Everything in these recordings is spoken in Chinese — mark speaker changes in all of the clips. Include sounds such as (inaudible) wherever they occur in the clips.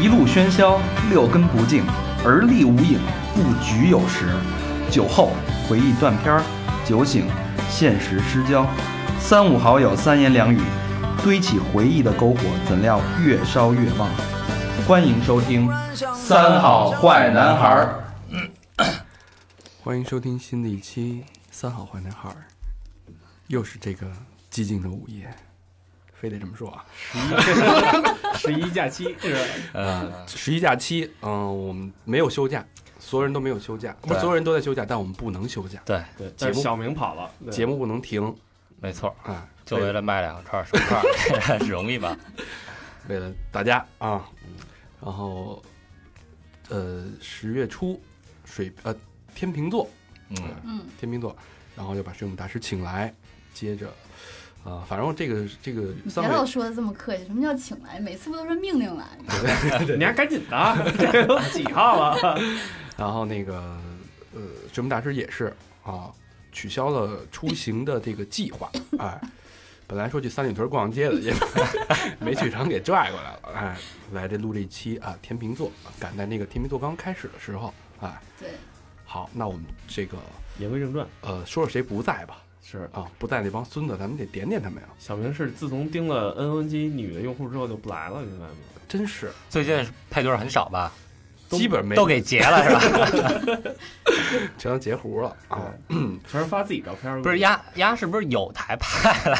Speaker 1: 一路喧嚣，六根不净，而立无影，不局有时。酒后回忆断片儿，酒醒现实失焦。三五好友三言两语，堆起回忆的篝火，怎料越烧越旺。欢迎收听《三好坏男孩儿》。
Speaker 2: 欢迎收听新的一期《三好坏男孩》，儿》，又是这个寂静的午夜，非得这么说啊？
Speaker 3: 十一 (laughs) 假期是吧
Speaker 2: 呃，十一假期，嗯、我们没有休假，所有人都没有休假，不是所有人都在休假，但我们不能休假，
Speaker 4: 对，
Speaker 2: 节
Speaker 3: 但是
Speaker 2: 目
Speaker 3: 小明跑了，对
Speaker 2: 节目不能停
Speaker 4: 没错，
Speaker 2: 啊，
Speaker 4: 就
Speaker 2: 为
Speaker 4: 为了卖两串手串， (laughs) 容易吧？
Speaker 2: 为了大家啊。然后，呃，十月初，水呃天秤座，
Speaker 4: 嗯，
Speaker 5: 嗯，
Speaker 2: 天秤座，然后又把水母大师请来，接着，啊、反正这个这个
Speaker 5: 你
Speaker 2: 三
Speaker 5: 别
Speaker 2: 位
Speaker 5: 老说的这么客气，什么叫请来？每次不都是命令来？
Speaker 3: 你还赶紧的啊，这都几号了？
Speaker 2: 然后那个呃，水木大师也是啊，取消了出行的这个计划，哎，本来说去三里屯逛街的，也 (laughs) 没去成，给拽过来了，哎，来这录这一期啊，天秤座，赶在那个天秤座刚开始的时候，哎，
Speaker 5: 对，
Speaker 2: 好，那我们这个
Speaker 3: 言归正传，
Speaker 2: 呃，说说谁不在吧，
Speaker 3: 是
Speaker 2: 啊，不在那帮孙子，咱们得点点他们呀，
Speaker 3: 小明是自从盯了 N N 机女的用户之后就不来了，明白吗？
Speaker 2: 真是
Speaker 4: 最近配对很少吧？
Speaker 3: 都
Speaker 2: 基本没
Speaker 4: 都给结了是
Speaker 2: (laughs)
Speaker 4: 吧？
Speaker 2: 全都截胡了啊，
Speaker 4: (clears throat)
Speaker 3: 全是发自己照片儿，
Speaker 4: 哦不是丫丫是不是有台派？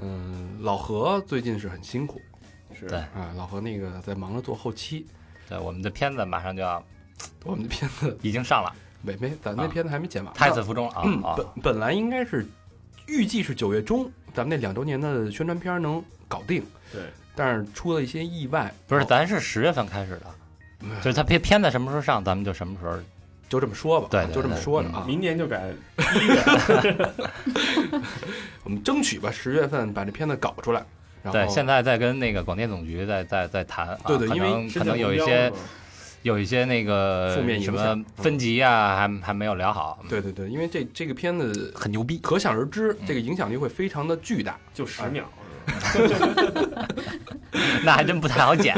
Speaker 2: 嗯，老何最近是很辛苦
Speaker 3: 是
Speaker 4: 对
Speaker 2: 啊，老何那个在忙着做后期，
Speaker 4: 对，我们的片子马上就要
Speaker 2: 我们的片子
Speaker 4: 已经上了，
Speaker 2: 没没，咱那
Speaker 4: 啊
Speaker 2: 片子还没剪完呢。嗯
Speaker 4: 胎死腹中了啊啊！
Speaker 2: 本本来应该是预计是九月中，咱们那两周年的宣传片能搞定，
Speaker 3: 对，
Speaker 2: 但是出了一些意外，
Speaker 4: 不是，
Speaker 2: 哦
Speaker 4: 咱是十月份开始的，
Speaker 2: 嗯
Speaker 4: 就是他片片子什么时候上，咱们就什么时候。
Speaker 2: 就这么说吧，
Speaker 4: 对对对嗯
Speaker 2: 就这么说着啊，
Speaker 3: 明年就改
Speaker 2: 我们争取吧，十月份把这片子搞出来。然
Speaker 4: 对，
Speaker 2: 后
Speaker 4: 现在在跟那个广电总局在在在谈啊，
Speaker 2: 对对
Speaker 4: 可
Speaker 2: 因为
Speaker 4: 能
Speaker 3: 是
Speaker 4: 可能有一些有一些那个
Speaker 2: 负面影
Speaker 4: 什
Speaker 2: 响嗯
Speaker 4: 么分级啊，还还没有聊好。
Speaker 2: 对对对，因为这这个片子
Speaker 4: 很牛逼，嗯
Speaker 2: 可想而知，这个影响力会非常的巨大。
Speaker 3: 就
Speaker 4: 哎
Speaker 3: 十秒是吧？
Speaker 4: 嗯那还真不太好
Speaker 2: (laughs)
Speaker 4: 剪。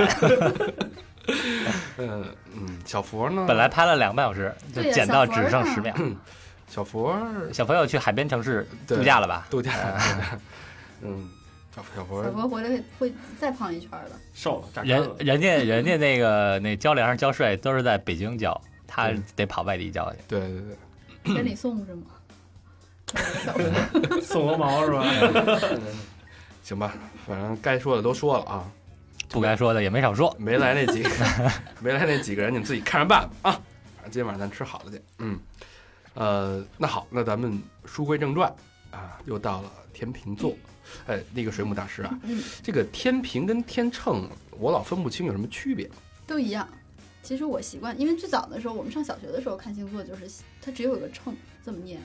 Speaker 2: 嗯嗯，小佛呢？
Speaker 4: 本来拍了两个半小时，就
Speaker 5: 对呀
Speaker 4: 剪到只剩十秒。
Speaker 2: 小佛
Speaker 4: 小朋友去海边城市
Speaker 2: 对
Speaker 4: 度假了吧？
Speaker 2: 度假，度假哎嗯，小小佛
Speaker 5: 小博回来会再胖一圈的。
Speaker 3: 瘦了，榨干
Speaker 4: 人
Speaker 2: 嗯
Speaker 3: 了，
Speaker 4: 人家人家那个 (laughs) 那交粮上交税都是在北京交，他得跑外地交去。
Speaker 2: 对对对，
Speaker 5: 跟李宋是吗？
Speaker 4: (laughs)
Speaker 3: 送鹅毛是吧？ (laughs)
Speaker 2: (laughs) 行吧，反正该说的都说了啊。
Speaker 4: 不该说的也没少说。
Speaker 2: 没来那几 (laughs) 个，没来那几个人，你们自己看着办吧啊！反正今天晚上咱吃好的去。嗯，呃，那好，那咱们书归正传啊，又到了天秤座。哎，那个水母大师啊，
Speaker 5: 嗯，
Speaker 2: 这个天平跟天秤，我老分不清有什么区别。
Speaker 5: 都一样。其实我习惯，因为最早的时候，我们上小学的时候看星座，就是它只有一个秤这么念，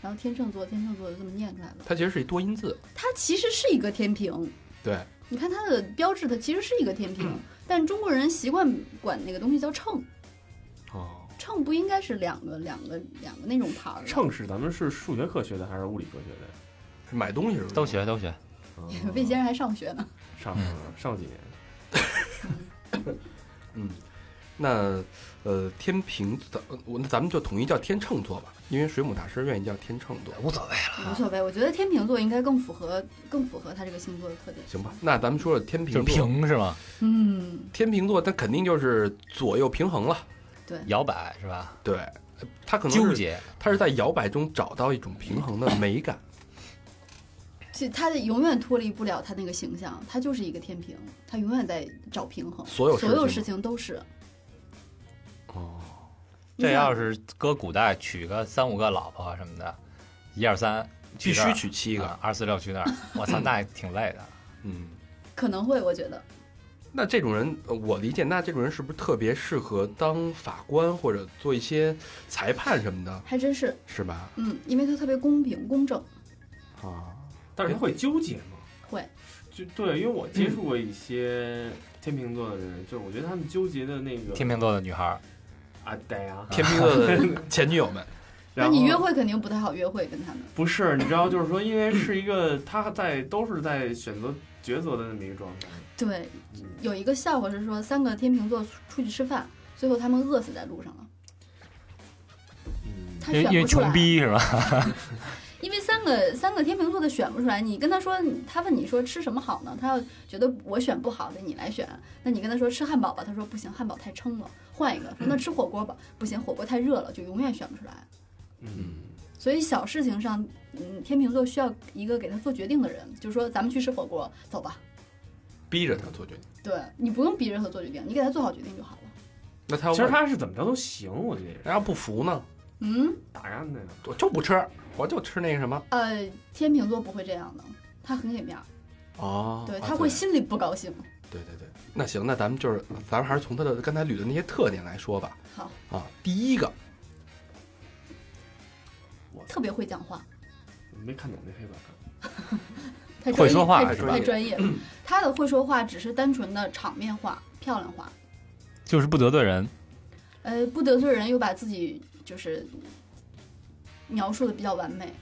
Speaker 5: 然后天秤座、天秤座就这么念出来的。
Speaker 2: 它其实是一多音字，
Speaker 5: 它其实是一个天平，
Speaker 2: 对，
Speaker 5: 你看它的标志，它其实是一个天平，但中国人习惯管那个东西叫秤，
Speaker 2: 哦，
Speaker 5: 秤不应该是两个、两个、两个那种牌儿的。
Speaker 3: 秤是咱们是数学课学的还是物理课学的呀？
Speaker 2: 是买东西是不是？
Speaker 4: 都学都学，
Speaker 5: (laughs)
Speaker 3: 嗯
Speaker 5: 魏先生还上学呢，
Speaker 3: 上上几年
Speaker 2: 嗯，那呃，天平，咱我那咱们就统一叫天秤座吧，因为水母大师愿意叫天秤座。
Speaker 4: 无所谓了。
Speaker 5: 无所谓。我觉得天秤座应该更符合更符合他这个星座的特点。
Speaker 2: 行吧，那咱们说说天
Speaker 4: 就是
Speaker 2: 平座。
Speaker 4: 平是吗？
Speaker 5: 嗯，
Speaker 2: 天秤座，它肯定就是左右平衡了。
Speaker 5: 对，
Speaker 4: 摇摆是吧？
Speaker 2: 对，他可能
Speaker 4: 纠
Speaker 2: 是
Speaker 4: 结。
Speaker 2: 他是在摇摆中找到一种平衡的美感。
Speaker 5: 其实他永远脱离不了他那个形象，他就是一个天平，他永远在找平衡，
Speaker 2: 所有事情吗
Speaker 5: 事情都是。
Speaker 2: 哦，
Speaker 5: 你
Speaker 4: 这
Speaker 5: 想
Speaker 4: 要是搁古代娶个三五个老婆什么的，一二三
Speaker 2: 必
Speaker 4: 去这
Speaker 2: 须
Speaker 4: 儿
Speaker 2: 娶七个。
Speaker 4: 啊二四六去那
Speaker 2: (laughs)
Speaker 4: 儿，我操，那也挺累的。
Speaker 2: 嗯，
Speaker 5: 可能会，我觉得
Speaker 2: 那这种人，呃我理解，那这种人是不是特别适合当法官或者做一些裁判什么的，
Speaker 5: 还真是，
Speaker 2: 是吧？
Speaker 5: 嗯，因为他特别公平公正，
Speaker 2: 啊，
Speaker 3: 但是他会纠结吗？
Speaker 5: 会
Speaker 3: 就对，因为我接触过一些天秤座的人，就是我觉得他们纠结的那个
Speaker 4: 天秤座的女孩儿，
Speaker 3: 啊，对啊，
Speaker 2: 天秤座的前女友们，
Speaker 5: 那
Speaker 3: 然后
Speaker 5: 你约会肯定不太好约会跟他们。
Speaker 3: 不是，你知道，就是说，因为是一个他在都是在选择抉择的那么一个状态。
Speaker 5: 对，有一个笑话是说，三个天秤座出出去吃饭，最后他们饿死在路上了。
Speaker 3: 嗯，
Speaker 5: 他
Speaker 4: 因为
Speaker 5: 选
Speaker 4: 因为
Speaker 5: 不出来
Speaker 4: 穷，逼是吧？
Speaker 5: 因为三个三个天秤座的选不出来。你跟他说，他问你说吃什么好呢？他要觉得我选不好的，你来选。那你跟他说吃汉堡吧，他说不行，汉堡太撑了，换一个。说那吃火锅吧，不行，火锅太热了，就永远选不出来。
Speaker 3: 嗯，
Speaker 5: 所以小事情上，嗯，天秤座需要一个给他做决定的人，就是说咱们去吃火锅，走吧。
Speaker 2: 逼着他做决定。
Speaker 5: 对你不用逼任何做决定，你给他做好决定就好了。
Speaker 2: 那他要
Speaker 3: 嗯其实
Speaker 2: 问，
Speaker 3: 他是怎么着都行，我觉得也是
Speaker 2: 然后不服呢，
Speaker 5: 嗯，
Speaker 3: 打压的呀。
Speaker 2: 我就不吃，我就吃那个什么。
Speaker 5: 呃，天秤座不会这样的，他很给面儿，
Speaker 2: 哦
Speaker 5: 对
Speaker 2: 啊
Speaker 5: 他会心里不高兴。
Speaker 2: 对对对，那行，那咱们就是，咱们还是从他的刚才捋的那些特点来说吧。
Speaker 5: 好，
Speaker 2: 啊，第一个，
Speaker 5: 特别会讲话，
Speaker 3: 没看懂那黑板，
Speaker 5: 太专
Speaker 4: 会
Speaker 5: 业
Speaker 4: 说话
Speaker 5: 太
Speaker 2: 是吧
Speaker 5: 太专业。他的会说话只是单纯的场面话、漂亮话，
Speaker 4: 就是不得罪人，
Speaker 5: 呃，不得罪人又把自己就是描述的比较完美。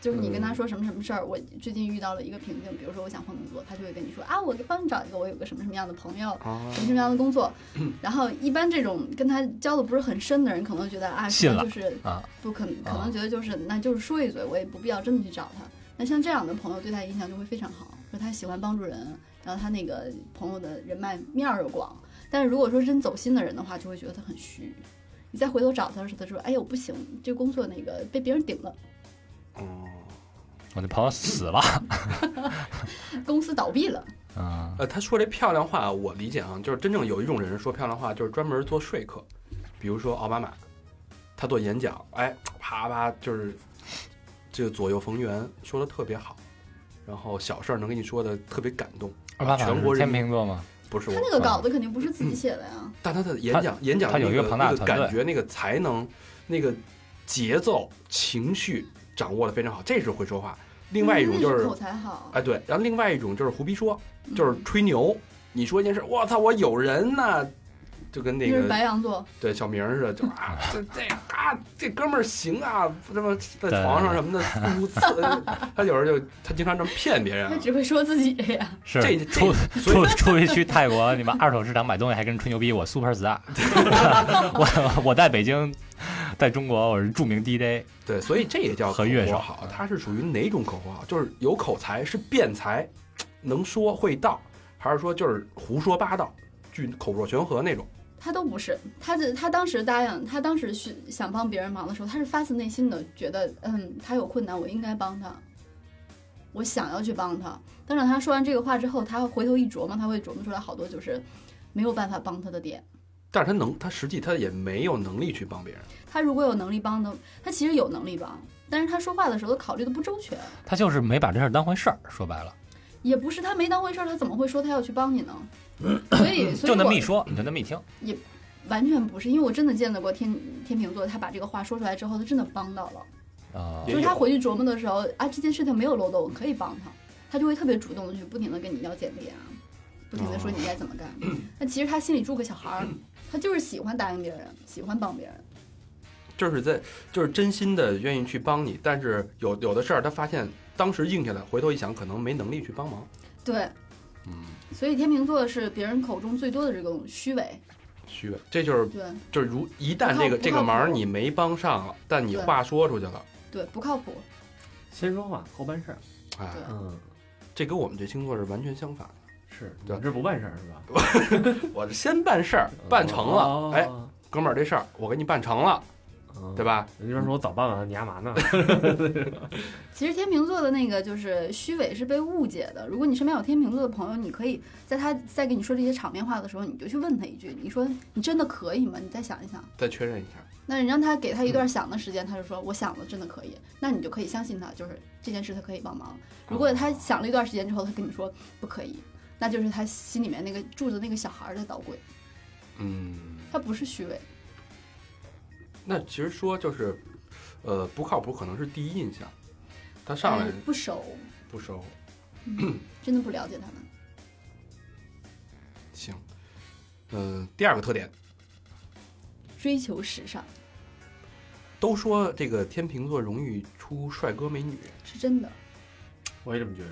Speaker 5: 就是你跟他说什么什么事儿，我最近遇到了一个瓶颈，比如说我想换工作，他就会跟你说啊，我帮你找一个，我有个什么什么样的朋友，
Speaker 2: 啊
Speaker 5: 什么什么样的工作。然后一般这种跟他交的不是很深的人，可能觉得啊，
Speaker 4: 信
Speaker 5: 他
Speaker 4: 了
Speaker 5: 就是
Speaker 4: 啊，
Speaker 5: 不可可
Speaker 4: 啊
Speaker 5: 能觉得就是那就是说一嘴，我也不必要真的去找他。那像这样的朋友对他影响就会非常好，说他喜欢帮助人，然后他那个朋友的人脉面儿又广。但是如果说真走心的人的话，就会觉得他很虚。你再回头找他的时候，他说：“哎呦，不行，这工作那个被别人顶了，
Speaker 2: 哦，
Speaker 4: 我那朋友死了，
Speaker 5: 公司倒闭了。
Speaker 4: 嗯，
Speaker 2: 呃，他说这漂亮话，我理解啊，就是真正有一种人说漂亮话，就是专门做说客，比如说奥巴马，他做演讲，哎，啪啪就是这个左右逢源，说的特别好，然后小事儿能跟你说的特别感动，
Speaker 4: 二八
Speaker 2: 呃全国人
Speaker 4: 天秤座嘛，
Speaker 2: 不”是
Speaker 5: 他
Speaker 2: 我，
Speaker 5: 那个稿子肯定不是自己写的呀。
Speaker 2: 但他的演讲演讲
Speaker 4: 他有
Speaker 2: 那
Speaker 4: 一个
Speaker 2: 个
Speaker 4: 庞大
Speaker 2: 那
Speaker 4: 的
Speaker 2: 个
Speaker 4: 团队
Speaker 2: 感觉、那个才能、那个节奏、情绪掌握的非常好，这是会说话。另外一种就
Speaker 5: 嗯那
Speaker 2: 是
Speaker 5: 口才好，
Speaker 2: 哎，对，然后另外一种就是胡逼说，
Speaker 5: 嗯
Speaker 2: 就是吹牛。你说一件事，我操，我有人呐、就跟那
Speaker 5: 就是
Speaker 2: 个
Speaker 5: 白羊座，
Speaker 2: 对小明似的，就是啊，
Speaker 5: (laughs)
Speaker 2: 这这啊，这哥们儿行啊，什么在床上什
Speaker 5: (laughs)
Speaker 2: 么的，四五次，他有时候就他经常这么骗别人啊
Speaker 5: 他。只会说自己呀。
Speaker 4: 是
Speaker 2: 这
Speaker 4: 出
Speaker 2: 这所以
Speaker 4: 出出去去泰国，你们二手市场买东西还跟人吹牛逼，我 super star，我我在北京，在中国我是著名 DJ，
Speaker 2: 对，所以这也叫
Speaker 4: 和
Speaker 2: 口
Speaker 4: 乐
Speaker 2: 活
Speaker 4: 手
Speaker 2: 好。他是属于哪种口活好？就是有口才，是辩才，能说会道，还是说就是胡说八道，句口若悬河那种？
Speaker 5: 他都不是，他这他当时答应，他当时去想帮别人忙的时候，他是发自内心的觉得，嗯，他有困难，我应该帮他，我想要去帮他。但是他说完这个话之后，他回头一琢磨，他会琢磨出来好多就是没有办法帮他的点。
Speaker 2: 但是他能，他实际他也没有能力去帮别人。
Speaker 5: 他如果有能力帮的，他其实有能力帮，但是他说话的时候考虑的不周全，
Speaker 4: 他就是没把这事儿当回事儿，说白了，
Speaker 5: 也不是他没当回事儿，他怎么会说他要去帮
Speaker 4: (coughs)
Speaker 5: 你呢？所以，所以
Speaker 4: 就那
Speaker 5: 我
Speaker 4: 么一说，你就那么一听，
Speaker 5: 完全不是，因为我真的见到过天天秤座，他把这个话说出来之后，他真的帮到了。
Speaker 4: 啊
Speaker 3: 也
Speaker 5: 就是
Speaker 3: 有
Speaker 5: 他回去琢磨的时候啊，这件事情没有漏洞，我可以帮他，他就会特别主动的去不停的跟你要简历啊，不停
Speaker 3: 哦
Speaker 5: 的说你该怎么干。那、其实他心里住个小孩儿，他就是喜欢答应别人，喜欢帮别人。
Speaker 2: 就是在就是真心的愿意去帮你，但是有有的事儿他发现当时应下来，回头一想可能没能力去帮忙。
Speaker 5: 对，
Speaker 2: 嗯，
Speaker 5: 所以天秤座是别人口中最多的这种虚伪。
Speaker 2: 虚伪，这就是
Speaker 5: 对
Speaker 2: 就是如一旦这
Speaker 5: 不
Speaker 2: 个
Speaker 5: 靠
Speaker 2: 这个忙儿
Speaker 5: 不靠谱
Speaker 2: 你没帮上了，但你
Speaker 5: 对
Speaker 2: 话说出去了，
Speaker 5: 对，不靠谱。
Speaker 3: 先说话后办事儿。
Speaker 2: 哎，
Speaker 5: 对
Speaker 3: 嗯，
Speaker 2: 这跟我们这星座是完全相反的。
Speaker 3: 是，
Speaker 2: 对
Speaker 3: 你这不办事儿是吧？
Speaker 2: 我是先办事儿，办成了，哎，，哥们儿这事儿我给你办成了，对？吧？
Speaker 3: 人嗯家说我早办完了，你干嘛呢？
Speaker 5: 其实天秤座的那个就是虚伪是被误解的。如果你身边有天秤座的朋友，你可以在他在跟你说这些场面话的时候，你就去问他一句，你说你真的可以吗？你再想一想。
Speaker 2: 再确认一下。
Speaker 5: 那你让他给他一段想的时间，他就说我想了，真的可以。那你就可以相信他，就是这件事他可以帮忙。如果他想了一段时间之后，他跟你说不可以，那就是他心里面那个住的那个小孩儿在捣鬼，
Speaker 2: 嗯，
Speaker 5: 他不是虚伪。
Speaker 2: 那其实说就是，呃，不靠谱可能是第一印象，他上来
Speaker 5: 呃不熟，
Speaker 2: 不收。
Speaker 5: 真的不了解他们。
Speaker 2: 行，呃嗯、第二个特点，
Speaker 5: 追求时尚，
Speaker 2: 都说这个天秤座容易出帅哥美女，
Speaker 5: 是真的。
Speaker 3: 我也这么觉得。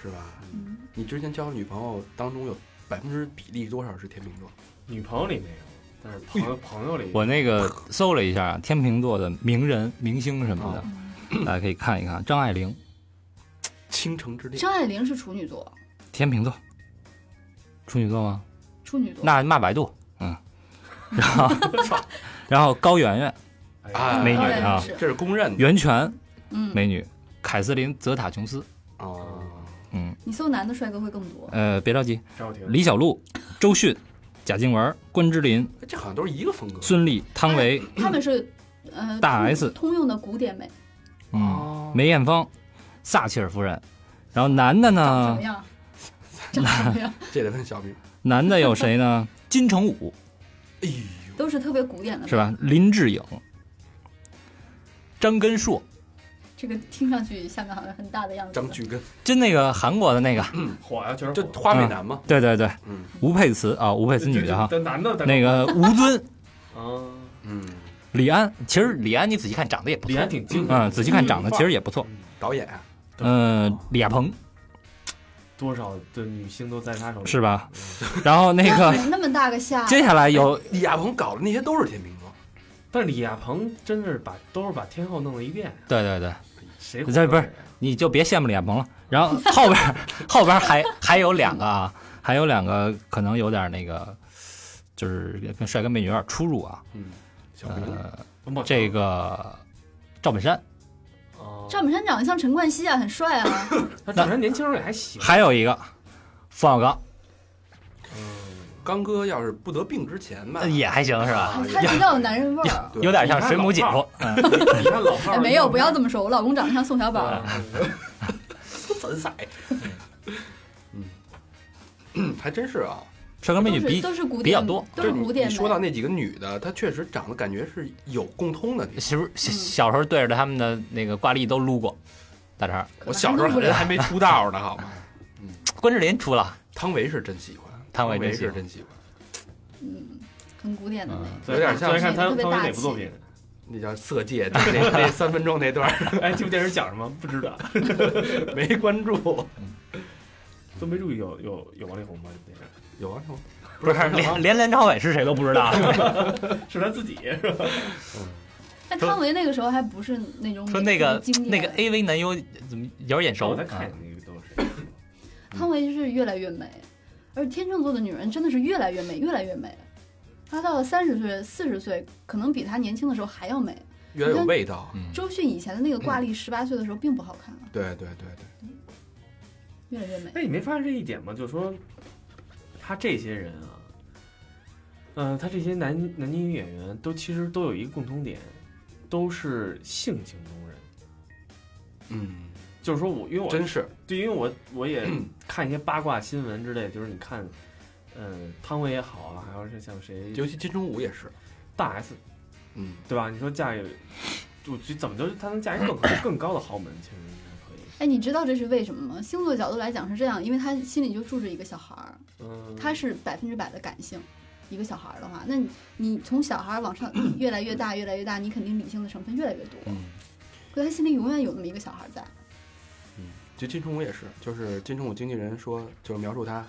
Speaker 2: 是吧？
Speaker 5: 嗯，
Speaker 2: 你之前交的女朋友当中有百分之比例多少是天秤座？
Speaker 3: 女朋友里没有，但是朋友朋友里
Speaker 4: 我那个搜了一下天秤座的名人、明星什么的，
Speaker 5: 哦
Speaker 4: 大家可以看一看。张爱玲，
Speaker 2: 倾城之恋，
Speaker 5: 张爱玲是处女座，
Speaker 4: 天秤座，处女座吗？
Speaker 5: 处女座。
Speaker 4: 那骂百度，嗯，然后
Speaker 5: (laughs)
Speaker 4: 然后高圆圆、
Speaker 3: 哎
Speaker 2: 啊
Speaker 3: 呀
Speaker 2: 美女
Speaker 5: 当然
Speaker 4: 啊
Speaker 5: 是，
Speaker 2: 这是公认的
Speaker 4: 袁泉
Speaker 5: 嗯，
Speaker 4: 美女，凯瑟琳·泽塔·琼斯，
Speaker 2: 啊。
Speaker 4: 嗯，
Speaker 5: 你搜男的帅哥会更多。
Speaker 4: 呃，别着急，
Speaker 3: 张小婷
Speaker 4: 李小璐、周迅、贾静雯、关之琳、
Speaker 2: 哎这好像都是一个风格。
Speaker 4: 孙俪、汤 (laughs) 唯、
Speaker 5: 他们是，呃，
Speaker 4: 大
Speaker 5: 通
Speaker 4: S
Speaker 5: 通用的古典美，
Speaker 4: 嗯，
Speaker 2: 哦
Speaker 4: 梅艳芳、撒切尔夫人。然后男的
Speaker 5: 长什
Speaker 4: 呢
Speaker 5: 么？样？长什么样？
Speaker 2: 这得问小明。
Speaker 4: 男的有谁呢？ (laughs) 金城武
Speaker 2: 哎呦，
Speaker 5: 都是特别古典的，
Speaker 4: 是？吧？林志颖、 (laughs) 张根硕，
Speaker 5: 这个听上去下面好像很大的样子。
Speaker 2: 张巨根，
Speaker 4: 就那个韩国的那个，
Speaker 2: (clears throat)
Speaker 3: 火呀，全是
Speaker 2: 这
Speaker 3: 火
Speaker 2: 花美男嘛，
Speaker 4: (laughs) 对对对，
Speaker 2: 嗯
Speaker 4: 吴佩慈啊，吴佩
Speaker 3: 这
Speaker 4: 慈女的哈，
Speaker 3: 这这男的
Speaker 4: 那个吴尊、
Speaker 3: 啊，
Speaker 2: 嗯，
Speaker 4: 李安， (laughs) 其实李安你仔细看长得也不
Speaker 3: 李
Speaker 4: 错，
Speaker 3: 安挺精
Speaker 4: 嗯，
Speaker 3: 的，
Speaker 4: 仔细看长得其实也不错，
Speaker 2: 导演啊，
Speaker 4: 嗯，李亚鹏
Speaker 3: 多少的女星都在他手里。
Speaker 4: 是吧？然后那 (laughs) 个
Speaker 5: 那么大个下，
Speaker 4: 接下来有
Speaker 2: 李亚鹏搞的那些都是天秤座，
Speaker 3: 但是李亚鹏真是把都是把天后弄了一遍，
Speaker 4: 对对对，
Speaker 3: 谁活
Speaker 4: 这不是
Speaker 3: 谁啊
Speaker 4: 你就别羡慕李亚鹏了。然后后边 (laughs) 后边还还有两个啊，还有两个可能有点那个，就是跟帅哥美女有点出入啊。
Speaker 2: 嗯，小明呢，
Speaker 4: 呃，
Speaker 3: 王宝强
Speaker 4: 这个赵本山，
Speaker 3: 哦
Speaker 5: 赵本山长得像陈冠希啊，很帅
Speaker 2: (laughs)
Speaker 5: 啊。
Speaker 3: 他赵本山年轻时候也还行，
Speaker 4: 还有一个冯小刚，
Speaker 3: 嗯，
Speaker 2: 刚哥要是不得病之前吧
Speaker 4: 呃，也还行是
Speaker 2: 哎
Speaker 4: 吧？
Speaker 5: 他比较有男人味儿。
Speaker 2: 对
Speaker 4: 有点像水母姐
Speaker 3: 你看
Speaker 4: 夫，嗯
Speaker 2: 你看老炮
Speaker 5: 哎，(laughs)
Speaker 2: 儿
Speaker 5: 没有，不要这么说，我老公长得像宋小宝。啊
Speaker 3: (laughs)
Speaker 2: 粉色，嗯， (clears throat) 还真是啊。
Speaker 4: 帅哥美女
Speaker 5: 都
Speaker 4: 比
Speaker 5: 是都是古典
Speaker 4: 比较多，
Speaker 5: 都是
Speaker 2: 你
Speaker 5: 古典
Speaker 2: 你说到
Speaker 5: 美。
Speaker 2: 那几个女的，她确实长得感觉是有共通的地方。
Speaker 4: 是不是小小时候对着他们的那个挂历都撸过？大肠，
Speaker 2: 哎我小时候人还没出道呢，好吗？
Speaker 4: 关之琳出了，
Speaker 2: (laughs) 汤唯是真喜欢，
Speaker 4: 汤唯
Speaker 2: 唯
Speaker 4: 真喜
Speaker 2: 是
Speaker 4: 欢
Speaker 2: 真喜欢，
Speaker 5: 嗯，很古典的那
Speaker 4: 嗯
Speaker 5: 个。
Speaker 2: 有点像
Speaker 3: 再看他
Speaker 5: 特别
Speaker 3: 他
Speaker 5: 大
Speaker 3: 有
Speaker 5: 气
Speaker 3: 哪部作品？
Speaker 2: 那叫色戒，就那 (laughs) 那三分钟那段儿
Speaker 3: 哎，这部电影讲什么？不知道，
Speaker 2: 没关注。
Speaker 3: 都没注意有有有王力宏吗？这部电影
Speaker 2: 有啊，有啊
Speaker 4: 不是连连梁朝伟是谁都不知道， (laughs)
Speaker 3: 是他自 (laughs) 己是吧？
Speaker 5: 但汤唯那个时候还不是那种
Speaker 4: 说那个
Speaker 5: 经典
Speaker 4: 那个 AV 男优怎么有点眼熟
Speaker 3: 我再
Speaker 4: 啊
Speaker 3: 看那个都是谁？
Speaker 5: 汤唯是越来越美，而天秤座的女人真的是越来越美，越来越美。她到了三十岁、四十岁，可能比她年轻的时候还要美。
Speaker 2: 原来有味道。啊
Speaker 4: 嗯
Speaker 5: 周迅以前的那个
Speaker 2: 嗯
Speaker 5: 挂历，十八岁的时候并不好看了，
Speaker 2: 对对对对，
Speaker 5: 越来越美。
Speaker 3: 哎，你没发现这一点吗？就是说，他这些人啊，嗯、他这些男男女演员都其实都有一个共通点，都是性情中人。
Speaker 2: 嗯，
Speaker 3: 就是说我因为我
Speaker 2: 真是
Speaker 3: 对，因为我
Speaker 2: (clears throat)
Speaker 3: 我也看一些八卦新闻之类，就是你看，嗯，汤唯也好啊，还有是像谁
Speaker 2: 尤其金城武也是，
Speaker 3: 大 S
Speaker 2: 嗯，
Speaker 3: 对吧？你说嫁给，我觉得怎么就是她能嫁一更更高的豪门，其实应该可以。
Speaker 5: 哎，你知道这是为什么吗？星座角度来讲是这样，因为她心里就住着一个小孩儿，
Speaker 3: 嗯，
Speaker 5: 她是百分之百的感性。一个小孩儿的话，那你你从小孩儿往
Speaker 2: (clears throat)
Speaker 5: 上你越来越大，越来越大，你肯定理性的成分越来越多。
Speaker 2: 嗯啊
Speaker 5: 可她心里永远有那么一个小孩儿在。
Speaker 2: 就金城武也是，就是金城武经纪人说，就是描述他，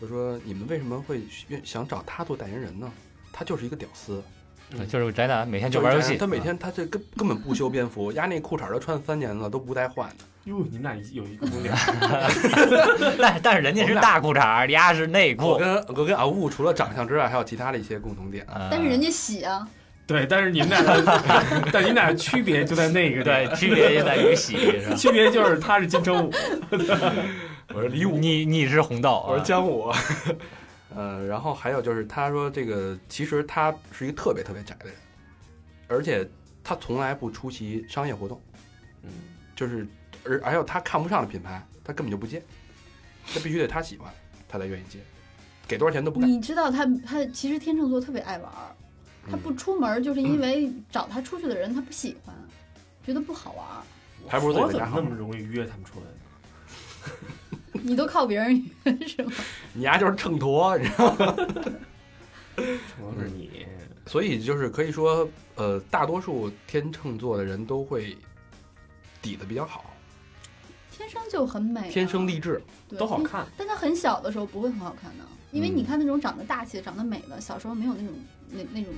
Speaker 2: 就说你们为什么会愿想找他做代言人呢？他就是一个屌丝，
Speaker 4: 对就是宅男每天就玩游戏，
Speaker 2: 他每天他这根根本不修边幅，压那裤衩都穿三年了都不带换的。
Speaker 3: 哟，你们俩有一个共同点，
Speaker 4: 啊， (laughs) 但但是人家是大裤衩，丫是内
Speaker 2: 我
Speaker 4: 裤，
Speaker 2: 跟我跟阿雾除了长相之外，还有其他的一些共同点。
Speaker 4: 嗯
Speaker 5: 但是人家喜啊，
Speaker 3: (laughs) 对，但是你们俩的， (laughs) 但你们俩的区别就在那个地
Speaker 4: 对区别就在于喜是吧
Speaker 3: 方，？区别就是他是金城武，
Speaker 2: 我说
Speaker 4: 你你是红豆，
Speaker 2: 我
Speaker 4: 啊
Speaker 2: 是姜武。呃，然后还有就是，他说这个其实他是一个特别特别宅的人，而且他从来不出席商业活动，
Speaker 3: 嗯，
Speaker 2: 就是而还有他看不上的品牌，他根本就不接，他必须得他喜欢，他才愿意接，给多少钱都不干。
Speaker 5: 你知道他他其实天秤座特别爱玩儿，他
Speaker 2: 嗯
Speaker 5: 不出门儿就是因为找他出去的人他不喜欢，觉得不好玩儿。
Speaker 2: 还不如自己
Speaker 3: 我
Speaker 2: 在
Speaker 3: 怎
Speaker 2: 家嗯
Speaker 3: 么
Speaker 2: 好
Speaker 3: 那么容易约他们出来呢？
Speaker 5: 你都靠别人是吗？
Speaker 2: 啊你丫就是秤砣，你知道吗
Speaker 3: 我是你，
Speaker 2: (laughs) 所以就是可以说，呃，大多数天秤座的人都会底子比较好，
Speaker 5: 天生就很美啊、
Speaker 2: 天生丽质。
Speaker 5: 对
Speaker 3: 都好。看，
Speaker 5: 但他很小的时候不会很好看的，因为你看那种长得大气、长得美的，小时候没有那种那那种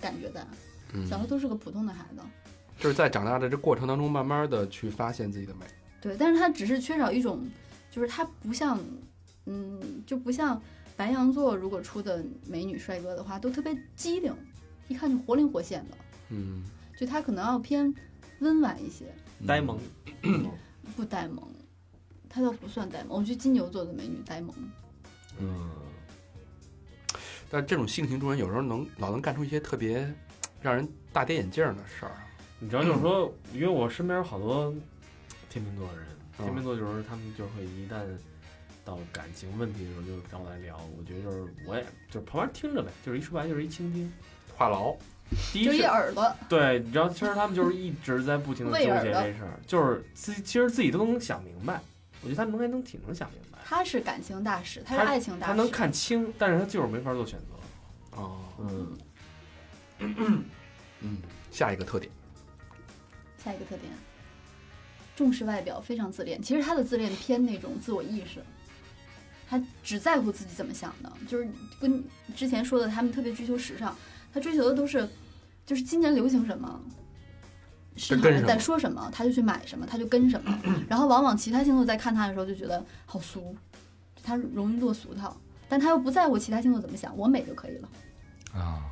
Speaker 5: 感觉的，
Speaker 2: 嗯
Speaker 5: 小时候都是个普通的孩子。
Speaker 2: 就是在长大的这过程当中，慢慢的去发现自己的美。
Speaker 5: 对，但是他只是缺少一种，就是他不像，嗯，就不像白羊座如果出的美女帅哥的话，都特别机灵，一看就活灵活现的，
Speaker 2: 嗯，
Speaker 5: 就他可能要偏温婉一些，
Speaker 3: 呆萌，
Speaker 5: 不呆萌，他倒不算呆萌。我觉得金牛座的美女呆萌，
Speaker 2: 嗯，但这种性情中人有时候能老能干出一些特别嘖让人大跌眼镜儿的事儿。
Speaker 3: 你知道，就是说，因为我身边有好多天秤座的人，
Speaker 2: 嗯
Speaker 3: 天秤座就是他们就是会一旦到感情问题的时候就找我来聊，我觉得就是我也就是旁边听着呗，就是一说白就是一倾听。
Speaker 2: 话痨，
Speaker 3: 第一
Speaker 5: 就是一耳朵，
Speaker 3: 对，你知道，其实他们就是一直在不停的纠
Speaker 5: 喂耳
Speaker 3: 结
Speaker 5: 朵
Speaker 3: 这事儿，就是自己其实自己都能想明白，我觉得他们应该能挺能想明白，
Speaker 5: 他是感情大师，他是
Speaker 3: 他
Speaker 5: 爱情大
Speaker 3: 他
Speaker 5: 师，
Speaker 3: 能看清，但是他就是没法做选择。
Speaker 2: 哦，
Speaker 3: 嗯，
Speaker 2: 嗯，下一个特点，
Speaker 5: 下一个特点，重视外表，非常自恋。其实他的自恋偏那种自我意识，他只在乎自己怎么想的，就是跟之前说的他们特别追求时尚，他追求的都是，就是今年流行什么。市场
Speaker 2: 跟
Speaker 5: 人
Speaker 2: 什
Speaker 5: 在
Speaker 2: 么
Speaker 5: 说什么，他就去买什么，他就跟什
Speaker 2: (clears throat)
Speaker 5: 么。然后往往其他星座在看他的时候就觉得好俗，他容易落俗套，但他又不在乎其他星座怎么想，我美就可以了。
Speaker 4: 啊，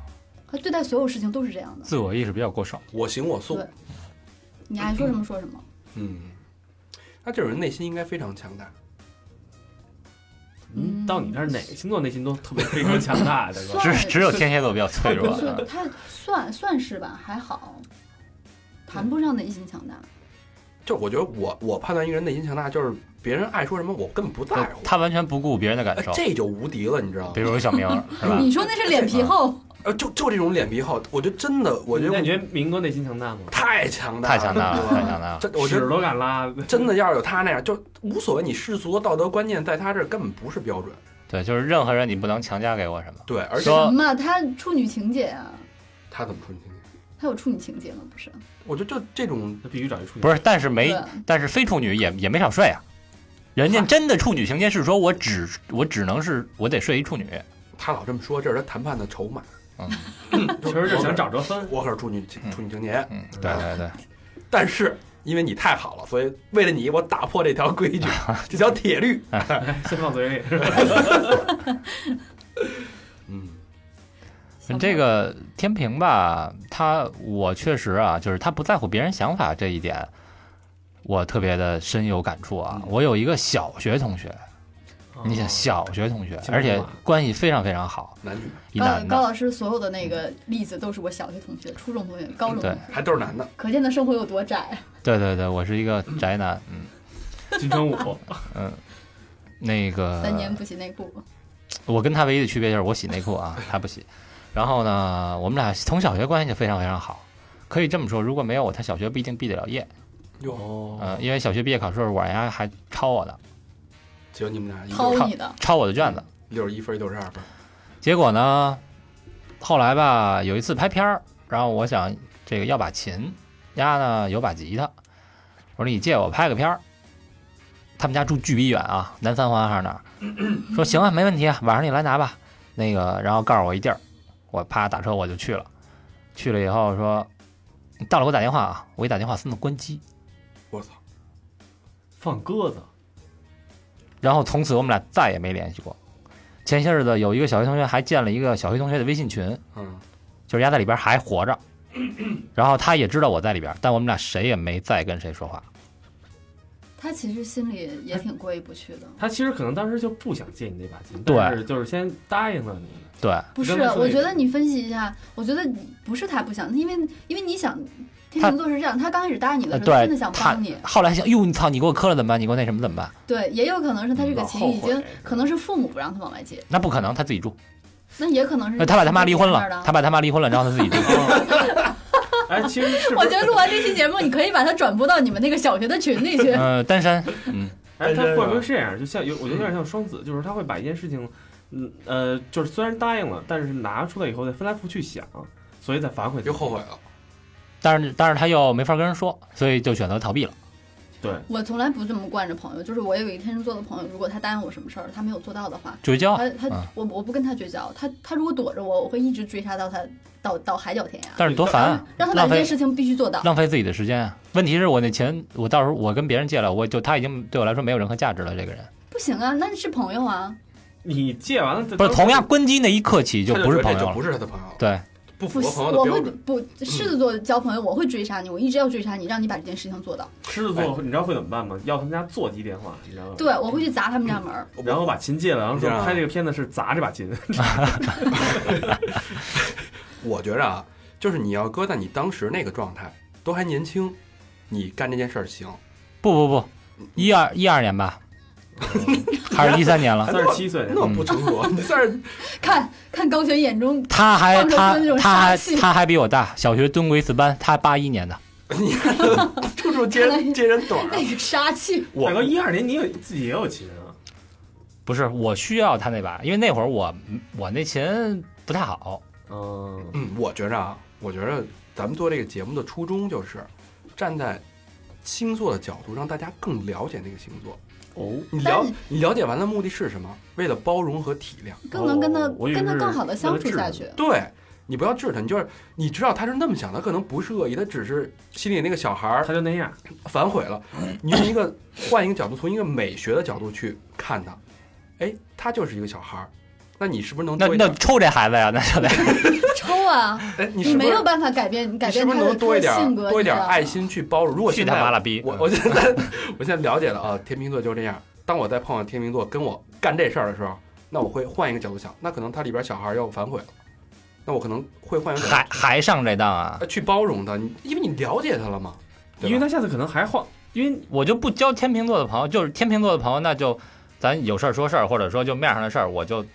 Speaker 5: 他对待所有事情都是这样的，
Speaker 4: 自我意识比较过剩。
Speaker 2: 我行我素
Speaker 5: 对。你爱说什么说什么。
Speaker 2: 嗯，那这种人内心应该非常强大。
Speaker 5: 嗯
Speaker 3: 到你这儿哪个星座内心都特别非常强
Speaker 5: (laughs)
Speaker 3: 大，大哥。
Speaker 5: 算
Speaker 4: 只只有天蝎座比较脆弱啊
Speaker 5: 他不
Speaker 4: 的
Speaker 5: 是，他算算是吧，还好，谈不上内心强大。
Speaker 2: 就我觉得我我判断一个人内心强大，就是别人爱说什么我根本不在乎，
Speaker 4: 他完全不顾别人的感
Speaker 2: 哎
Speaker 5: 呃
Speaker 4: 受。
Speaker 2: 这就无敌了，你知道吗
Speaker 4: 比？如小明儿是吧？
Speaker 5: (laughs) 你说那是脸皮厚，
Speaker 2: 呃，就就这种脸皮厚，我觉得真的，我觉
Speaker 3: 那
Speaker 2: 得
Speaker 3: 你觉得明哥内心强大吗？
Speaker 2: 太强大，
Speaker 4: 太强大了，太
Speaker 2: (laughs)
Speaker 4: 强
Speaker 2: 大。
Speaker 4: 大了。
Speaker 2: 这我觉
Speaker 3: 屎
Speaker 2: 得
Speaker 3: 都敢拉， (laughs)
Speaker 2: 真的要是有他那样，就无所谓。你世俗的道德观念在他这儿根本不是标准，
Speaker 4: 对，就是任何人你不能强加给我什么。
Speaker 2: 对。而且
Speaker 4: 说
Speaker 5: 什么？他处女情节啊？
Speaker 2: 他怎么说你听听？
Speaker 5: 他有处女情节吗？不是，
Speaker 2: 我觉得就这种
Speaker 3: 那必须找一处女。
Speaker 4: 不是，但是没
Speaker 5: 对，
Speaker 4: 但是非处女也也没少睡啊。人家真的处女情节是说我只我只能是我得睡一处女，
Speaker 2: 他老这么说，这是他谈判的筹码。
Speaker 4: 嗯，
Speaker 2: (laughs)
Speaker 3: 其实就是想找着分。
Speaker 2: 我可是处女
Speaker 4: 嗯
Speaker 2: 处女情节，
Speaker 4: 嗯，对对对，
Speaker 2: 但是因为你太好了，所以为了你，我打破这条规 (laughs) 矩，这条铁律。
Speaker 3: (laughs) 先放嘴里。
Speaker 2: 嗯，
Speaker 5: 小
Speaker 4: 这
Speaker 5: 胖
Speaker 4: 个天平吧，他我确实啊，就是他不在乎别人想法这一点，我特别的深有感触啊。我有一个小学同学，
Speaker 3: 啊哦
Speaker 4: 你想小学同学，
Speaker 3: 青梅
Speaker 4: 而且
Speaker 3: 竹马
Speaker 4: 关系非常非常好，
Speaker 2: 男女
Speaker 4: 一
Speaker 5: 高
Speaker 4: 男
Speaker 5: 高
Speaker 4: 的，
Speaker 5: 老师所有的那个例子都是我小学同学、初中同学、高中同
Speaker 4: 对
Speaker 5: 学，
Speaker 2: 还都是男的，
Speaker 5: 可见他生活有多窄。
Speaker 4: 对对对，我是一个宅男，嗯
Speaker 3: 金城武，
Speaker 4: 嗯，那个
Speaker 5: 三年不洗内裤，
Speaker 4: 我跟他唯一的区别就是我洗内裤啊，他不洗。然后呢，我们俩从小学关系就非常非常好，可以这么说，如果没有我，他小学不一定毕得了业。
Speaker 2: 哟，
Speaker 4: 嗯、因为小学毕业考试的时候我丫还抄我的，
Speaker 2: 只有你们俩一
Speaker 5: 掏
Speaker 2: 个
Speaker 5: 你的，
Speaker 4: 抄我的卷子。
Speaker 2: 六十一分，六十二分，
Speaker 4: 结果呢，后来吧，有一次拍片儿，然后我想这个要把琴，丫呢有把吉他，我说你借我拍个片儿。他们家住巨逼远啊，南三环还是哪儿？说行啊，没问题啊，晚上你来拿吧。那个，然后告诉我一地儿，我啪打车我就去了。去了以后说，你到了给我打电话啊，我一打电话孙子关机。
Speaker 2: 我操！
Speaker 3: 放鸽子，
Speaker 4: 然后从此我们俩再也没联系过。前些日子有一个小学同学还建了一个小学同学的微信群，
Speaker 2: 嗯，
Speaker 4: 就是丫在里边还活着，然后他也知道我在里边，但我们俩谁也没再跟谁说话。
Speaker 5: 他其实心里也挺过意不去的。
Speaker 3: 他其实可能当时就不想借你那把金，
Speaker 4: 对
Speaker 3: 但是就是先答应了你。
Speaker 4: 对，
Speaker 5: 不是
Speaker 3: 刚才，说
Speaker 5: 我
Speaker 3: 那
Speaker 5: 觉
Speaker 3: 个
Speaker 5: 得你分析一下，我觉得你不是他不想，因为因为你想，天秤座是这样，他刚开始答应你的
Speaker 4: 呃，
Speaker 5: 时候，真
Speaker 4: 对
Speaker 5: 的想
Speaker 4: 他
Speaker 5: 帮你，
Speaker 4: 后来想，哟，你操，你给我磕了怎么办？你给我那什么怎么办？
Speaker 5: 对，也有可能是他这个
Speaker 4: 嗯
Speaker 2: 老
Speaker 5: 情
Speaker 2: 后
Speaker 5: 已经
Speaker 2: 悔
Speaker 5: 可能是父母不让他往外借，
Speaker 4: 那不可能，他自己住。
Speaker 5: 那也可能是
Speaker 4: 那他爸他妈离婚
Speaker 5: 你那儿
Speaker 4: 了，
Speaker 5: 的
Speaker 4: 他爸他妈离婚了，然后他自
Speaker 5: (laughs)
Speaker 4: 己住。
Speaker 3: 哎，其实是不
Speaker 5: 我
Speaker 3: 是
Speaker 5: 觉？得录完这期节目，你可以把它转播到你们那个小学的群里
Speaker 4: (laughs)
Speaker 5: 去。
Speaker 4: 呃，单身，嗯，
Speaker 3: 哎，他会不会是这样？就像有，我觉得有点像双子，就是他会把一件事情嗯呃，就是虽然答应了，但是拿出来以后再翻来覆去想，所以再罚款
Speaker 2: 又后悔。了。
Speaker 4: 但是但是他又没法跟人说，所以就选择逃避了。
Speaker 3: 对，
Speaker 5: 我从来不这么惯着朋友，就是我有一个天秤座的朋友，如果他答应我什么事儿，他没有做到的话，
Speaker 4: 绝交，
Speaker 5: 他他、
Speaker 4: 嗯
Speaker 5: 我我不跟他绝交，他他如果躲着我，我会一直追杀到他到到海角天涯。嗯
Speaker 4: 但是多烦啊，
Speaker 5: 让他把
Speaker 4: 浪
Speaker 5: 这
Speaker 4: 费
Speaker 5: 件事情必须做到。
Speaker 4: 浪费自己的时间啊。问题是我那钱，我到时候我跟别人借了，我就他已经对我来说没有任何价值了。这个人
Speaker 5: 不行啊，那是朋友啊，
Speaker 3: 你借完了，
Speaker 4: 不是同样关机那一刻起就
Speaker 2: 他
Speaker 4: 不是
Speaker 2: 觉得
Speaker 4: 朋
Speaker 2: 这
Speaker 4: 友
Speaker 2: 就
Speaker 4: 了
Speaker 2: 不。是他的朋友了，
Speaker 4: 对，
Speaker 2: 不符
Speaker 5: 不
Speaker 2: 合朋友
Speaker 5: 我
Speaker 2: 的标
Speaker 5: 会
Speaker 2: 准。
Speaker 5: 不
Speaker 4: 嗯
Speaker 5: 狮子座交朋友，我会追杀你，我一直要追杀你，让你把这件事情做到。
Speaker 3: 狮子座，你知道会怎么办吗？要他们家座机电话，你知道
Speaker 2: 嗯
Speaker 3: 吗？
Speaker 5: 对，我会去砸他们家门儿。
Speaker 3: 然后把琴借了，然后说
Speaker 2: 你知道吗
Speaker 3: 拍这个片子是砸这把琴。
Speaker 2: 我觉着啊，就是你要搁在你当时那个状态，都还年轻，你干这件事儿行。
Speaker 4: 不不不，一二一二
Speaker 5: (laughs)
Speaker 4: 年吧，还是一三年了。
Speaker 3: 三十七岁，
Speaker 2: 那不成熟，啊你在这
Speaker 5: 看看高璇眼中，
Speaker 4: 他还
Speaker 5: 放出
Speaker 4: 他
Speaker 5: 那种
Speaker 4: 他
Speaker 5: 杀
Speaker 4: 还
Speaker 5: 气
Speaker 4: 他还比我大，小学蹲过一次班，他八一年的，
Speaker 2: 儿你看他处
Speaker 5: (laughs)
Speaker 2: 处揭人揭人短儿。
Speaker 5: 那个杀气，
Speaker 2: 我
Speaker 3: 大哥一二年你有自己也有琴啊？
Speaker 4: 不是我需要他那把，因为那会儿我我那琴不太好，
Speaker 3: 嗯，
Speaker 2: 嗯，我觉着啊，我觉着咱们做这个节目的初衷就是站在星座的角度，让大家更了解那个星座。
Speaker 3: 哦，
Speaker 2: 你
Speaker 5: 但
Speaker 2: 了
Speaker 5: 是
Speaker 2: 你了解完了目的是什么？为了包容和体谅。
Speaker 5: 更能跟他、
Speaker 3: 哦我以为
Speaker 5: 跟他
Speaker 3: 是
Speaker 5: 更好的相处下
Speaker 3: 为
Speaker 5: 去。 (laughs)
Speaker 2: 对。你不要治他，你就是你知道他是那么想的，可能不是恶意，他只是心里那个小孩儿
Speaker 3: 他就那样。
Speaker 2: 反悔了。你用一个换一个角度，从一个美学的角度去看他，哎，他就是一个小孩儿，那你是不是能
Speaker 4: 那
Speaker 2: 多一
Speaker 4: 那
Speaker 2: 点？
Speaker 4: 抽这孩子呀， (laughs) 那就得
Speaker 5: 抽啊，
Speaker 2: 哎， (laughs)
Speaker 5: 你
Speaker 2: 你是不
Speaker 5: 没
Speaker 2: 是
Speaker 5: 有办法改变改
Speaker 2: 你是
Speaker 5: 变
Speaker 2: 不是
Speaker 5: 他的
Speaker 2: 能多
Speaker 5: 他
Speaker 2: 一点
Speaker 5: 的性格，
Speaker 2: 多一点
Speaker 5: 你知道吗
Speaker 2: 爱。心去包容？如果
Speaker 4: 去
Speaker 2: 现
Speaker 4: 他
Speaker 2: 在
Speaker 4: 妈了逼！
Speaker 2: 我我现在我现在了解了啊，天秤座就是这样。当我再碰到天秤座跟我干这事儿的时候，那我会换一个角度想，那可能他里边小孩要反悔了，那我可能会换一个角呃
Speaker 4: 还还上这当啊
Speaker 2: 度，去包容他，你因为你了解他了嘛。对吧
Speaker 3: 因为他下次可能还换，因为
Speaker 4: 我就不交天秤座的朋友，就是天秤座的朋友，那就咱有事儿说事儿，或者说就面上的事儿，我就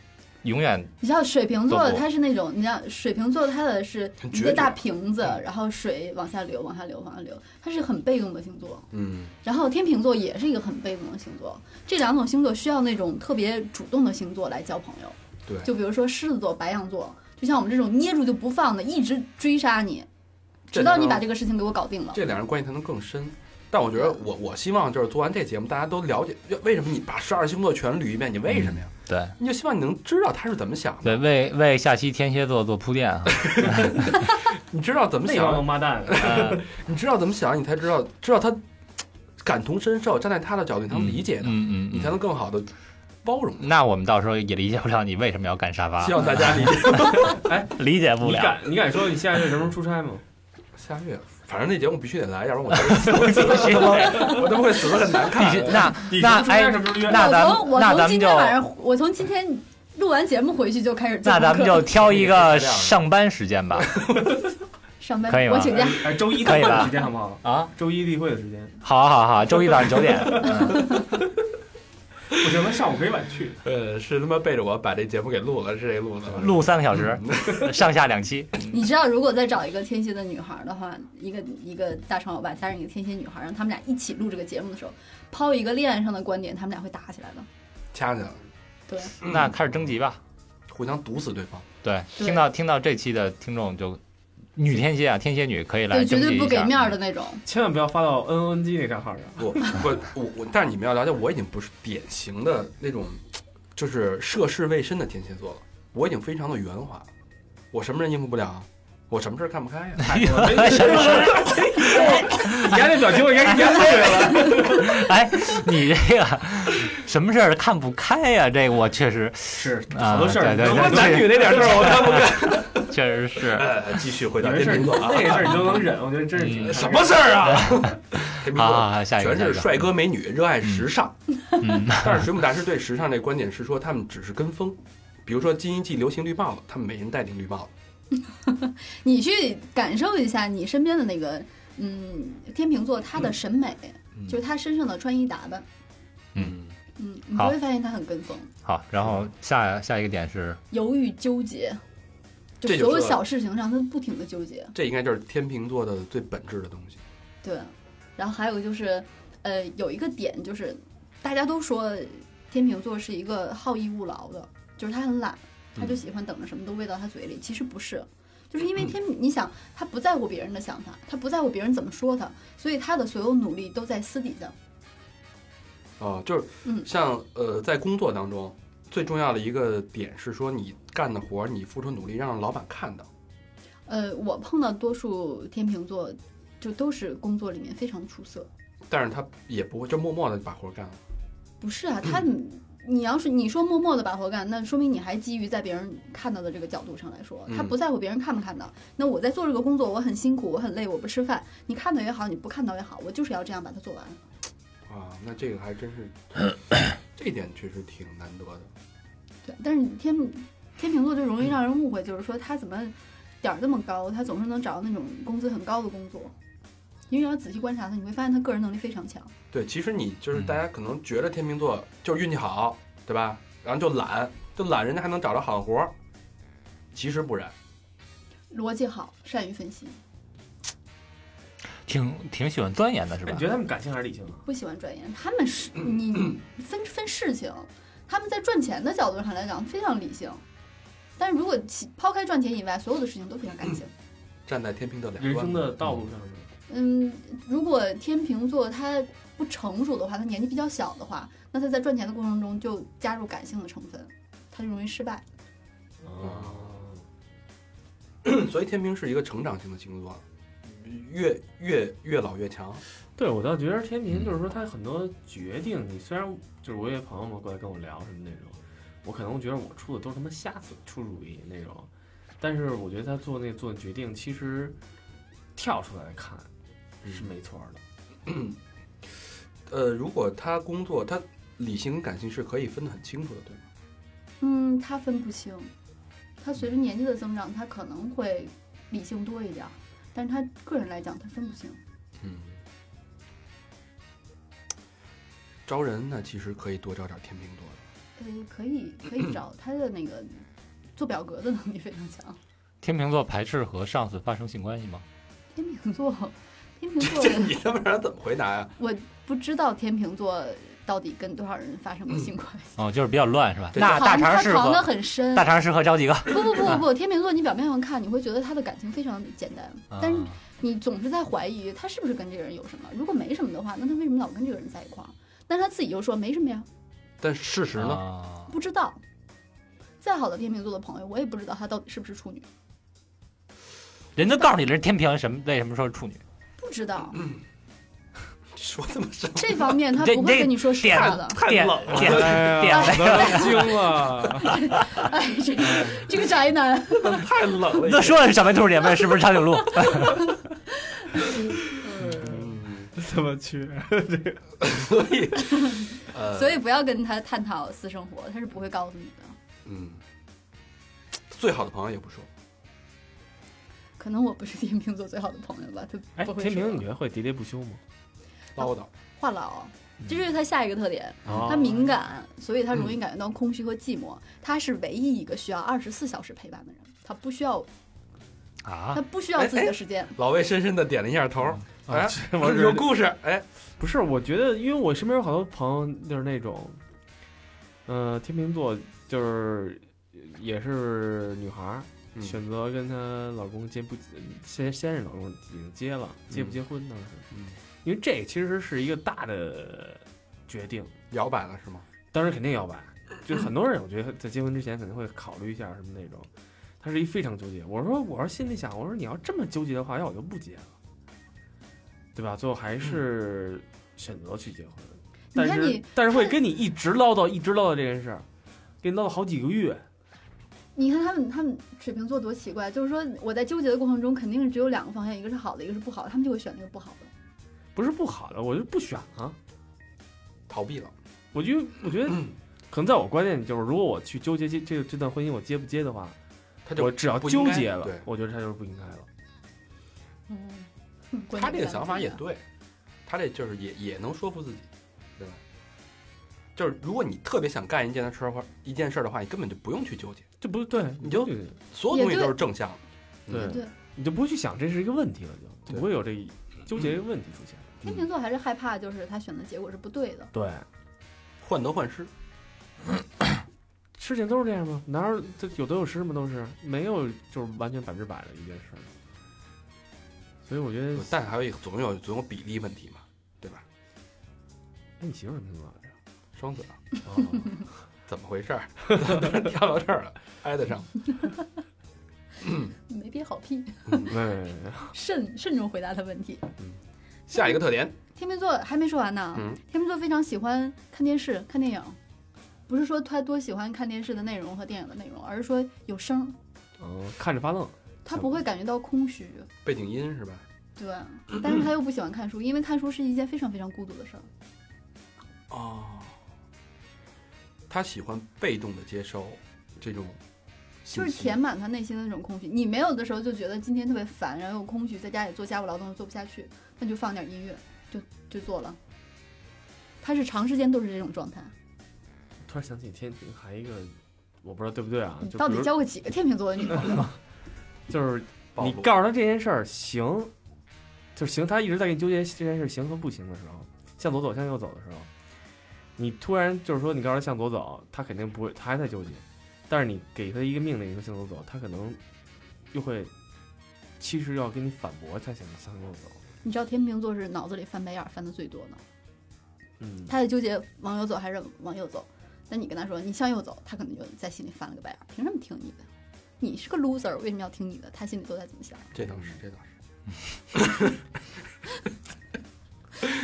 Speaker 4: 永远
Speaker 5: 你知道水瓶
Speaker 4: 都
Speaker 5: 座
Speaker 4: 不
Speaker 5: 他是那种，你知道水瓶座他的是
Speaker 2: 很
Speaker 5: 一
Speaker 2: 决
Speaker 5: 个
Speaker 2: 绝嗯
Speaker 5: 大瓶子，然后水往下流，往下流，往下流，他是很被动的星座。
Speaker 2: 嗯，
Speaker 5: 然后天秤座也是一个很被动的星座，这两种星座需要那种特别主动的星座来交朋友。
Speaker 2: 对
Speaker 5: 就比如说狮子座、白羊座，就像我们这种捏住就不放的，一直追杀你，
Speaker 2: 这
Speaker 5: 直到你
Speaker 2: 能
Speaker 5: 把这个事情给我搞定了。
Speaker 2: 这两人关系才能更深。但我觉得我我希望就是做完这节目，大家都了解为什么你把十二星座全捋一遍，你为什么呀？
Speaker 4: 对
Speaker 2: 你就希望你能知道他是怎么想
Speaker 4: 对
Speaker 2: 的，
Speaker 4: 为为下期天蝎座做铺垫啊。
Speaker 2: 你知道怎么
Speaker 3: 那
Speaker 2: 想
Speaker 3: 帮
Speaker 2: 的
Speaker 3: 王八蛋，
Speaker 4: 呃
Speaker 2: 你知道怎么想，你才知道知道他感同身受，站在 (laughs) 他的角度，你才能理解他，
Speaker 4: 嗯嗯
Speaker 2: 你才能更好的包容。
Speaker 4: 那我们到时候也理解不了你为什么要干沙发
Speaker 2: 希，望大家理 (laughs) 解。
Speaker 4: 理解不
Speaker 3: 你
Speaker 4: 了。
Speaker 3: 敢你敢说你下个月什么时候出差吗？
Speaker 2: 下月，反正那节目必须得来，要不然我就 (laughs) 我我他妈会死的很难
Speaker 4: (laughs) 必
Speaker 2: 看
Speaker 4: 须。那 (laughs)
Speaker 3: 你
Speaker 4: 那
Speaker 3: 什么时候出
Speaker 4: 哎
Speaker 3: 差什么时候
Speaker 4: (laughs)
Speaker 3: 约？
Speaker 4: 那咱
Speaker 5: 我
Speaker 4: 们
Speaker 5: 从我
Speaker 4: 那咱
Speaker 5: 从
Speaker 4: 们
Speaker 5: 今
Speaker 4: 就
Speaker 5: 天晚上，我从今天录完节目回去就开始做
Speaker 4: 那
Speaker 5: 功课。
Speaker 4: 咱们就挑一个上班时间吧。
Speaker 5: 上班，
Speaker 4: 可以吗
Speaker 5: 我请假。
Speaker 3: 哎，周一
Speaker 4: 可以
Speaker 3: 例会
Speaker 4: 吧
Speaker 3: 的时间好不好？
Speaker 4: 啊，
Speaker 3: 周一例会的时间，
Speaker 4: 好好好，周一早上九点。嗯
Speaker 3: 不行，那上午可以晚去。
Speaker 2: 呃，是他妈背着我把这节目给录了，是这录的。
Speaker 4: 录三个小时，上下两期。
Speaker 5: 你知道，如果再找一个天蝎的女孩的话，一个一个大长老爸加上一个天蝎女孩，让他们俩一起录这个节目的时候，抛一个恋爱上的观点，他们俩会打起来的。
Speaker 2: 掐起来，
Speaker 5: 对，
Speaker 4: 那开始征集吧。
Speaker 2: 互相毒死对方。
Speaker 4: 对，
Speaker 5: 对
Speaker 4: 听到听到这期的听众就女天蝎啊，天蝎女可以来
Speaker 5: 对，
Speaker 4: 征
Speaker 5: 绝对
Speaker 4: 集一
Speaker 5: 不给
Speaker 4: 下嗯
Speaker 5: 面儿的那种。
Speaker 3: 千万不要发到 N N G 那账号上。
Speaker 2: 我我我我，但是你们要了解，我已经不是典型的那种就是涉世未深的天蝎座了，我已经非常的圆滑了，我什么人应付不了啊，我什么事儿干不 (laughs) 开呀、啊
Speaker 3: (laughs) 你家那表情我应该给你压对了。
Speaker 4: 哎，你这个什么事儿看不开呀、这个我确实
Speaker 3: 是
Speaker 4: 啊
Speaker 3: 好多事
Speaker 4: 对
Speaker 3: 儿，
Speaker 4: 对对
Speaker 3: 能不能
Speaker 4: 对
Speaker 3: 男女
Speaker 2: 那点事儿我干不干。
Speaker 4: 确实是。
Speaker 2: 呃，继续回
Speaker 3: 有
Speaker 2: 到天
Speaker 3: 些事儿
Speaker 2: 秤
Speaker 3: 你
Speaker 2: 座
Speaker 3: 都
Speaker 2: 啊，
Speaker 3: 那个事儿你都能忍，我觉得真是挺
Speaker 4: 嗯
Speaker 2: 什么事儿啊？ (laughs) 天秤
Speaker 4: 好好
Speaker 2: 座
Speaker 4: 好，啊下一个，
Speaker 2: 全
Speaker 4: 下一
Speaker 2: 是
Speaker 4: 个
Speaker 2: 帅。哥美女，热爱时尚。
Speaker 4: 嗯，
Speaker 2: 但是水母大师对时尚这观点是说，他们只是跟风。比如说新一季流行绿帽子，他们每人戴顶绿帽子。
Speaker 5: 你去感受一下你身边的那个，嗯，天秤座他的审美，
Speaker 2: 嗯
Speaker 5: 就是他身上的穿衣打扮，
Speaker 4: 嗯，
Speaker 5: 嗯，你
Speaker 4: 好
Speaker 5: 就会发现他很跟风，
Speaker 4: 好。然后下下一个点是，
Speaker 5: 犹豫纠结，就
Speaker 2: 这就
Speaker 5: 所有
Speaker 2: 是
Speaker 5: 小事情上他不停的纠结。
Speaker 2: 这应该就是天秤座的最本质的东西。
Speaker 5: 对，然后还有就是，呃，有一个点就是，大家都说天秤座是一个好逸恶劳的，就是他很懒，他就
Speaker 2: 嗯
Speaker 5: 喜欢等着什么都喂到他嘴里。其实不是，就是因为天，你想他不在乎别人的想法，他不在乎别人怎么说他，所以他的所有努力都在私底下。
Speaker 2: 哦，就是
Speaker 5: 嗯
Speaker 2: 像呃，在工作当中最重要的一个点是说，你干的活儿，你付出努力，让老板看到。
Speaker 5: 呃，我碰到多数天秤座，就都是工作里面非常出色。
Speaker 2: 但是他也不会就默默的把活儿干了。
Speaker 5: 不是啊，他你要是你说默默的把活干，那说明你还基于在别人看到的这个角度上来说，他
Speaker 2: 嗯
Speaker 5: 不在乎别人看不看到。那我在做这个工作，我很辛苦，我很累，我不吃饭， (laughs) 你看到也好，你不看到也好，我就是要这样把它做完。
Speaker 2: 啊，那这个还真是，这一点确实挺难得的。
Speaker 5: 对，但是天天秤座就容易让人误会，就是说他怎么点儿这么高，他总是能找到那种工资很高的工作。因为要仔细观察他，你会发现他个人能力非常强。
Speaker 2: 对，其实你就是
Speaker 4: 嗯
Speaker 2: 大家可能觉得天秤座就是运气好，对吧？然后就懒，就懒，人家还能找着好活儿。其实不然，
Speaker 5: 逻辑好，善于分析，
Speaker 4: 挺挺喜欢钻研的是
Speaker 3: 哎
Speaker 4: 吧
Speaker 3: 你觉？得他们感性还是理性啊？
Speaker 5: 不喜欢转研。他们是你分分事情，他们在赚钱的角度上来讲非常理性，但是如果其抛开赚钱以外，所有的事情都非常感性。
Speaker 2: 站在天平的两端，
Speaker 3: 人生的道路上呢？
Speaker 5: 嗯，如果天秤座他不成熟的话，他年纪比较小的话，那他在赚钱的过程中就加入感性的成分，他就容易失败。
Speaker 3: 哦，
Speaker 2: 所以天平是一个成长型的星座，越越越老越强。
Speaker 3: 对我倒觉得天平就是说他很多决定，你虽然就是我有些朋友嘛过来跟我聊什么那种，我可能觉得我出的都是他妈瞎子出主意那种，但是我觉得他做那做的决定其实跳出来看
Speaker 6: 嗯
Speaker 3: 是没错的。
Speaker 2: 呃，如果他工作，他理性跟感性是可以分得很清楚的，对吗？
Speaker 5: 嗯，他分不清，他随着年纪的增长，他可能会理性多一点儿，但是他个人来讲，他分不清。
Speaker 2: 嗯。招人呢，其实可以多招点天秤座的。 (laughs)
Speaker 5: 呃，可以可以找他的那个做表格的能力非常强。
Speaker 4: 天秤座排斥和上司发生性关系吗？
Speaker 5: 天秤
Speaker 4: (laughs)
Speaker 5: 座，天秤
Speaker 2: 这
Speaker 5: 座，
Speaker 2: 你他妈让人怎么回答呀？
Speaker 5: 我不知道天秤座到底跟多少人发生过性关系。
Speaker 4: 哦，就是比较乱是吧？
Speaker 2: 对
Speaker 4: 那大肠
Speaker 5: 他
Speaker 4: 适
Speaker 5: 藏得
Speaker 4: 合
Speaker 5: 很深。
Speaker 4: 大肠适合找几个？
Speaker 5: 不不
Speaker 4: (laughs)
Speaker 5: 不不不，天秤座你表面上看，你会觉得他的感情非常简单，但是
Speaker 4: 啊
Speaker 5: 你总是在怀疑他是不是跟这个人有什么。如果没什么的话，那他为什么老跟这个人在一块儿？但他自己又说没什么呀，
Speaker 2: 但事实呢？
Speaker 4: 啊
Speaker 5: 不知
Speaker 4: (laughs)
Speaker 5: 道。再好的天秤座的朋友，我也不知道他到底是不是处女，
Speaker 4: 人都告诉你了，人天平什么为什么说是处女？
Speaker 5: 不知道
Speaker 2: 说这么深，
Speaker 5: 这方面他
Speaker 4: 这
Speaker 5: 不
Speaker 4: 这
Speaker 5: 会跟你说实
Speaker 4: 点
Speaker 5: 话的。
Speaker 2: 太
Speaker 4: 点
Speaker 2: 冷了
Speaker 4: 点点
Speaker 6: 哎我都惊
Speaker 3: (laughs)
Speaker 6: 了，
Speaker 5: 哎，这个这个宅男，
Speaker 2: 太冷了。
Speaker 4: 那说的是小白兔姐妹是不是长颈
Speaker 2: (laughs)
Speaker 4: 鹿？
Speaker 2: 嗯，
Speaker 6: 怎么去？
Speaker 2: 所
Speaker 5: (laughs)
Speaker 2: 以，呃，
Speaker 5: 所以不要跟他探讨私生活，他是不会告诉你的。
Speaker 2: 嗯，最好的朋友也不说，
Speaker 5: 可能我不是天秤座最好的朋友吧，他
Speaker 3: 哎，
Speaker 5: 不会
Speaker 3: 天
Speaker 5: 说
Speaker 3: 平你觉得会喋喋不休
Speaker 6: (laughs)
Speaker 3: 吗？
Speaker 2: 唠叨。
Speaker 5: 话痨，这就是他下一个特点，
Speaker 2: 嗯
Speaker 3: 啊
Speaker 2: 哦
Speaker 5: 他敏感，所以他容易感觉到空虚和寂寞。他是唯一一个需要二十四小时陪伴的人，他不需要，
Speaker 4: 啊
Speaker 5: 他，不需要
Speaker 2: 哎
Speaker 5: 自己的时间。
Speaker 2: 老魏深深的点了一下头，
Speaker 3: 嗯
Speaker 2: 哎，
Speaker 3: 我
Speaker 2: 有故事，哎，
Speaker 3: 不是，我觉得，因为我身边有好多朋友就是那种，呃，天秤座就是也是女孩儿，
Speaker 2: 嗯
Speaker 3: 选择跟她老公结不先先是老公已经结了，结不结婚当时，
Speaker 2: 嗯
Speaker 3: 因为这其实是一个大的决定，
Speaker 2: 摇摆了是吗？
Speaker 3: 当然肯定要吧，
Speaker 5: 嗯
Speaker 3: 就是很多人我觉得在结婚之前肯定会考虑一下什么那种，他是一非常纠结。我说我是心里想，我说你要这么纠结的话，要我就不结了，对吧？最后还是选择去结婚，
Speaker 5: 嗯你
Speaker 3: 但
Speaker 5: 看
Speaker 3: 是
Speaker 5: 你，
Speaker 3: 但是会跟你一直唠叨，一直唠叨这件事儿，跟你唠叨好几个月。
Speaker 5: 你看他们，他们水瓶座多奇怪，就是说我在纠结的过程中，肯定是只有两个方向，一个是好的，一个是不好的，他们就会选那个不好的。
Speaker 3: 不是不好的，我就不选了、
Speaker 2: 逃避了，
Speaker 3: 我就我
Speaker 5: (clears throat)
Speaker 3: 觉得，可能在我观念里就是，如果我去纠结这这这段婚姻我接不接的话，
Speaker 2: 他就
Speaker 3: 我只要
Speaker 2: 不应
Speaker 3: 纠
Speaker 2: 该
Speaker 3: 结了
Speaker 2: 对，
Speaker 3: 我觉得他就是不应该了。
Speaker 5: 嗯，观
Speaker 2: 他
Speaker 5: 点
Speaker 2: 这个
Speaker 5: 不一
Speaker 2: 想
Speaker 5: 样
Speaker 2: 法也对，他这就是也也能说服自己，对吧？就是如果你特别想干一件事儿或一件事儿的话，你根本就不用去纠结，
Speaker 3: 这不是对，
Speaker 2: 你就
Speaker 3: 对
Speaker 2: 所有东西
Speaker 5: 也对
Speaker 2: 都是正向的。嗯
Speaker 3: 对
Speaker 5: 对。
Speaker 3: 你就不会去想这是一个问题了，就就
Speaker 2: 对
Speaker 3: 不会有这一纠结这个问题出现。
Speaker 5: 天秤座还是害怕，就是他选的结果是不对的。
Speaker 3: 对，
Speaker 2: 患得患失，
Speaker 3: 事情都是这样吗？哪有这有得有失吗？都是没有，就是完全百分之百的一件事儿。所以我觉
Speaker 5: 嗯
Speaker 3: 得，
Speaker 2: 但还有一个总有总有比例问题嘛，对吧？
Speaker 3: 哎，你媳妇儿什么星座来着？
Speaker 2: 双子啊
Speaker 3: 哦
Speaker 2: 怎么回事儿？ (laughs) 跳到这儿了，挨得上。
Speaker 5: 没憋好屁，
Speaker 3: (laughs) 对，
Speaker 5: 慎慎重回答他问题。
Speaker 2: 下一个特点，
Speaker 5: 天秤座还没说完呢，
Speaker 2: 嗯
Speaker 5: 天秤座非常喜欢看电视、看电影，不是说他多喜欢看电视的内容和电影的内容，而是说有声儿，
Speaker 3: 嗯，看着发愣，
Speaker 5: 他不会感觉到空虚。
Speaker 2: 背景音是吧？
Speaker 5: 对，但是他又不喜欢看书，因为看书是一件非常非常孤独的事儿。
Speaker 2: 哦，他喜欢被动的接收这种信
Speaker 5: 就是
Speaker 2: 息，
Speaker 5: 填满他内心的那种空虚。你没有的时候就觉得今天特别烦，然后又空虚，在家里做家务劳动又做不下去，那就放点音乐，就就做了。他是长时间都是这种状态。
Speaker 3: 突然想起天平还一个，我不知道对不对啊？
Speaker 5: 你
Speaker 3: 就
Speaker 5: 到
Speaker 3: 比
Speaker 5: 底
Speaker 3: 如
Speaker 5: 交过几个天秤座的女朋友？
Speaker 3: 就是
Speaker 2: 暴
Speaker 3: 你
Speaker 2: 露
Speaker 3: 告诉他这件事儿行，就是行，他一直在给你纠结这件事行和不行的时候，向左走向右走的时候，你突然就是说你告诉他向左走，他肯定不会，他还在纠结。但是你给他一个命令，你说向左走，他可能又会其实要跟你反驳，他想向右走。
Speaker 5: 你知道天秤座是脑子里翻白眼儿翻的最多的，
Speaker 3: 嗯，
Speaker 5: 他在纠结往右走还是往右走。那你跟他说你向右走，他可能就在心里翻了个白眼儿，凭什么听你的？你是个 loser，为什么要听你的？他心里都在怎么想？
Speaker 2: 这倒是，这倒是。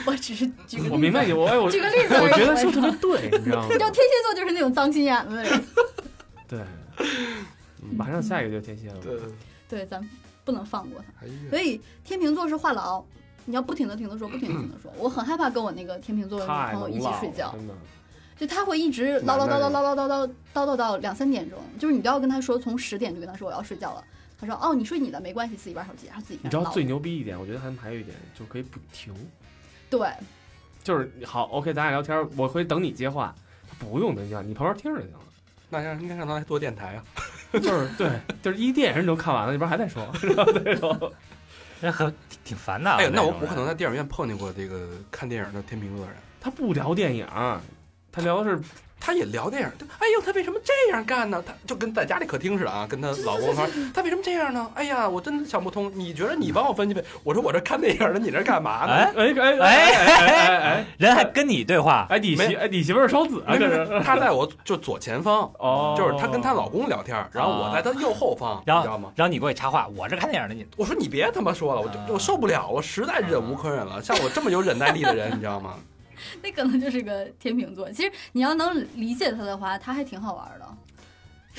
Speaker 5: 我只是举个例子，
Speaker 3: 我明白你，我哎我
Speaker 5: 举个例子而
Speaker 3: 我
Speaker 5: 已，
Speaker 3: 觉得说
Speaker 5: 你
Speaker 3: 得
Speaker 5: 知
Speaker 3: 特
Speaker 5: 道吗
Speaker 3: 别
Speaker 5: (laughs)
Speaker 3: 对，你知道
Speaker 5: 你知道
Speaker 3: 吗？
Speaker 5: 天蝎座就是那种脏心眼子的人。 (laughs)
Speaker 3: 对，马上下一个就是天蝎了。
Speaker 2: 对，
Speaker 5: 对，咱不能放过他。
Speaker 2: 还音乐
Speaker 5: 所以天秤座是话痨，你要不停的听他说，不停的听他说。我很害怕跟我那个天秤座的女
Speaker 3: 太
Speaker 5: 朋友
Speaker 3: 能
Speaker 5: 一起
Speaker 3: 唠
Speaker 5: 睡
Speaker 3: 了
Speaker 5: 觉，
Speaker 3: 真的。
Speaker 5: 就他会一直唠唠叨叨唠叨叨叨叨叨到两三点钟，就是你都要跟他说，从十点就跟他说我要睡觉了。他说哦，你睡你的没关系，自己玩手机，然后自己
Speaker 3: 你知道最牛逼一点，我觉得他们还有一点，就可以不停。
Speaker 5: 对，
Speaker 3: 就是好，OK，咱俩聊天儿，我会等你接话，不用等你接话，你旁边听着就行了。
Speaker 2: 那让应该让他来做电台啊，
Speaker 3: 就是对，就是一电影你都看完了，那边还在说，那种
Speaker 4: 这很挺烦的。啊
Speaker 2: 哎呦，那我
Speaker 4: 种
Speaker 2: 我可能
Speaker 4: 人
Speaker 2: 在电影院碰见过这个看电影的天秤座的人，
Speaker 3: 他不聊电影儿，他聊的是
Speaker 2: 他也聊电影，就哎呦，他为什么这样干呢？他就跟在家里客厅似的啊，跟他老公说，他为什么这样呢？哎呀，我真的想不通，你觉得你帮我分析呗？ (laughs) 我说我这看电影呢，你这干嘛呢？
Speaker 4: 哎
Speaker 3: 哎哎哎
Speaker 4: 哎
Speaker 3: 哎哎
Speaker 4: 人还跟你对话，
Speaker 3: 哎，你
Speaker 2: 没
Speaker 3: 媳哎你媳妇儿双子啊，
Speaker 2: 没
Speaker 3: 这
Speaker 2: 没
Speaker 3: 是
Speaker 2: 没她在我就左前方，
Speaker 3: (laughs) 哦，
Speaker 2: 就是她跟她老公聊天，然后我在她右后方，
Speaker 4: 然
Speaker 2: 你知道
Speaker 4: 后
Speaker 2: 吗？
Speaker 4: 然后你给我插话，我这看电影的你
Speaker 2: 我说你别他妈说了，我就我
Speaker 4: 啊
Speaker 2: 受不了，我实在忍无可忍了。像我这么有忍耐力的人，你知 (laughs) 道吗？
Speaker 5: 那可能就是个天秤座。其实你要能理解他的话，他还挺好玩的。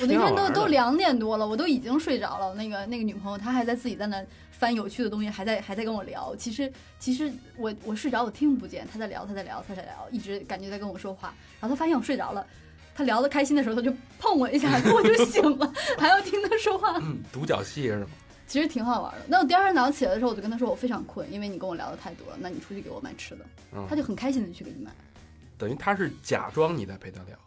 Speaker 5: 我那
Speaker 3: 挺好
Speaker 5: 天都
Speaker 3: 玩的
Speaker 5: 都两点多了，我都已经睡着了。那个那个女朋友，她还在自己在那翻有趣的东西，还在还在跟我聊。其实其实我我睡着，我听不见她在聊，她在聊，她在聊，一直感觉在跟我说话。然后她发现我睡着了，她聊得开心的时候，她就碰我一下，我就醒了， (laughs) 还要听她说话，
Speaker 2: 嗯独角戏是吗？
Speaker 5: 其实挺好玩的。那我第二天早上起来的时候，我就跟她说我非常困，因为你跟我聊的太多了，那你出去给我买吃的。
Speaker 2: 嗯
Speaker 5: 她就很开心的去给你买。
Speaker 2: 等于他是假装你在陪他聊，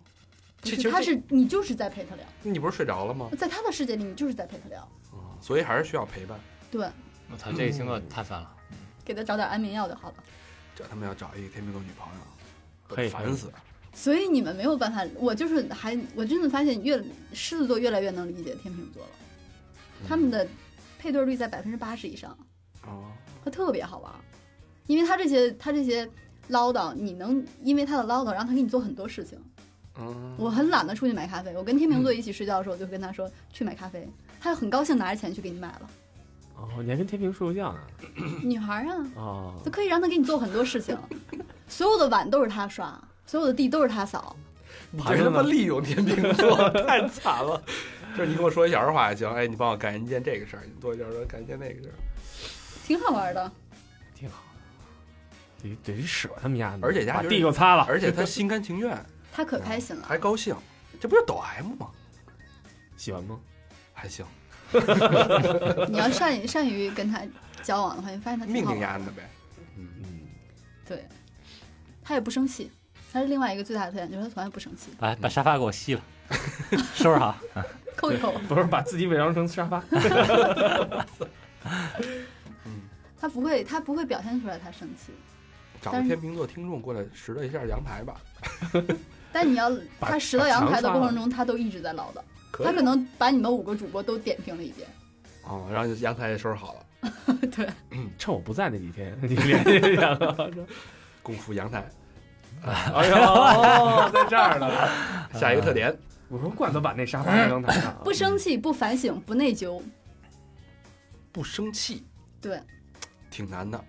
Speaker 5: 不
Speaker 2: 其
Speaker 5: 是
Speaker 2: 实
Speaker 5: 他
Speaker 2: 这
Speaker 5: 是你就是在陪他聊，
Speaker 2: 你不是睡着了吗？
Speaker 5: 在他的世界里，你就是在陪他聊。
Speaker 2: 嗯所以还是需要陪伴。
Speaker 5: 对，
Speaker 4: 我操，这个星座太烦了。
Speaker 5: 给他找点安眠药就好了。
Speaker 2: 这他们要找一个天秤座女朋友，
Speaker 3: 可以
Speaker 2: 烦死了。
Speaker 5: 所以你们没有办法，我就是还我真的发现越狮子座越来越能理解天秤座了，
Speaker 2: 嗯
Speaker 5: 他们的配对率在百分之八十以上，
Speaker 2: 哦，
Speaker 5: 他特别好玩，因为他这些他这些唠叨，你能因为他的唠叨让他给你做很多事情。
Speaker 2: 嗯，
Speaker 5: 我很懒得出去买咖啡，我跟天秤座一起睡觉的时候，我就跟他说去买咖啡，他很高兴拿着钱去给你买
Speaker 2: (clears throat)
Speaker 5: 了。
Speaker 3: 哦，你还跟天平睡过觉呢
Speaker 5: 女孩啊，
Speaker 3: 哦
Speaker 5: 就可以让他给你做很多事情，所有的碗都是他刷，所有的地都是他扫。
Speaker 2: 你
Speaker 3: 盘
Speaker 2: 这
Speaker 3: 子
Speaker 2: 他妈
Speaker 3: 呢
Speaker 2: 利用天秤座 (laughs)
Speaker 5: (laughs)
Speaker 2: 太惨了。就是你跟我说一小时话也行，哎，你帮我干一件这个事儿，你做一件儿干一件那个
Speaker 5: (laughs)
Speaker 2: 事儿。
Speaker 5: 挺好玩的，
Speaker 3: 挺好的，得得使唤他们家呢，
Speaker 2: 而且人家
Speaker 3: 把
Speaker 2: 就是
Speaker 3: 地给我擦了，
Speaker 2: 而且他心甘情愿，
Speaker 5: 他可开心了。
Speaker 2: 还高兴，这不就抖 M 吗？
Speaker 3: 喜欢吗？
Speaker 2: 还行，
Speaker 5: 你要善于善于跟他交往的话，你发现他挺
Speaker 2: 命
Speaker 5: 好
Speaker 2: 令
Speaker 5: 玩
Speaker 2: 丫的
Speaker 5: 的。
Speaker 2: 呗。嗯，
Speaker 3: 嗯，
Speaker 5: 对，他也不生气，他是另外一个最大的特点，就是他从来不生
Speaker 4: (laughs)
Speaker 5: 气，
Speaker 4: 来哎把沙发给我吸了，收拾好。
Speaker 5: 抠一抠。
Speaker 3: 不是把自己伪装成沙发，
Speaker 5: 他不会，他不会表现出来他生气，
Speaker 2: 找
Speaker 5: 但
Speaker 2: 个
Speaker 5: 是
Speaker 2: 天秤座听众过来拾掇一下阳台吧。
Speaker 5: 但你要
Speaker 2: 把
Speaker 5: 他拾到阳台的过程中，他都一直在唠叨，
Speaker 2: 可
Speaker 5: 他可能把你们五个主播都点评了一遍。
Speaker 2: 哦，然后阳台也收拾好了，
Speaker 5: 对，
Speaker 3: 趁我不在那几天， (laughs) 你联系一下吧。
Speaker 2: 共赴阳
Speaker 5: (laughs)
Speaker 2: 台。
Speaker 3: (laughs) 哎呦，哦在这儿呢。
Speaker 2: 下一个特点，
Speaker 3: 我说怪不得把那啊沙发
Speaker 2: 嗯
Speaker 3: 当阳台呢。
Speaker 5: 不生气，不反省，不内疚。
Speaker 2: 不生气，
Speaker 5: 对，
Speaker 2: 挺难的，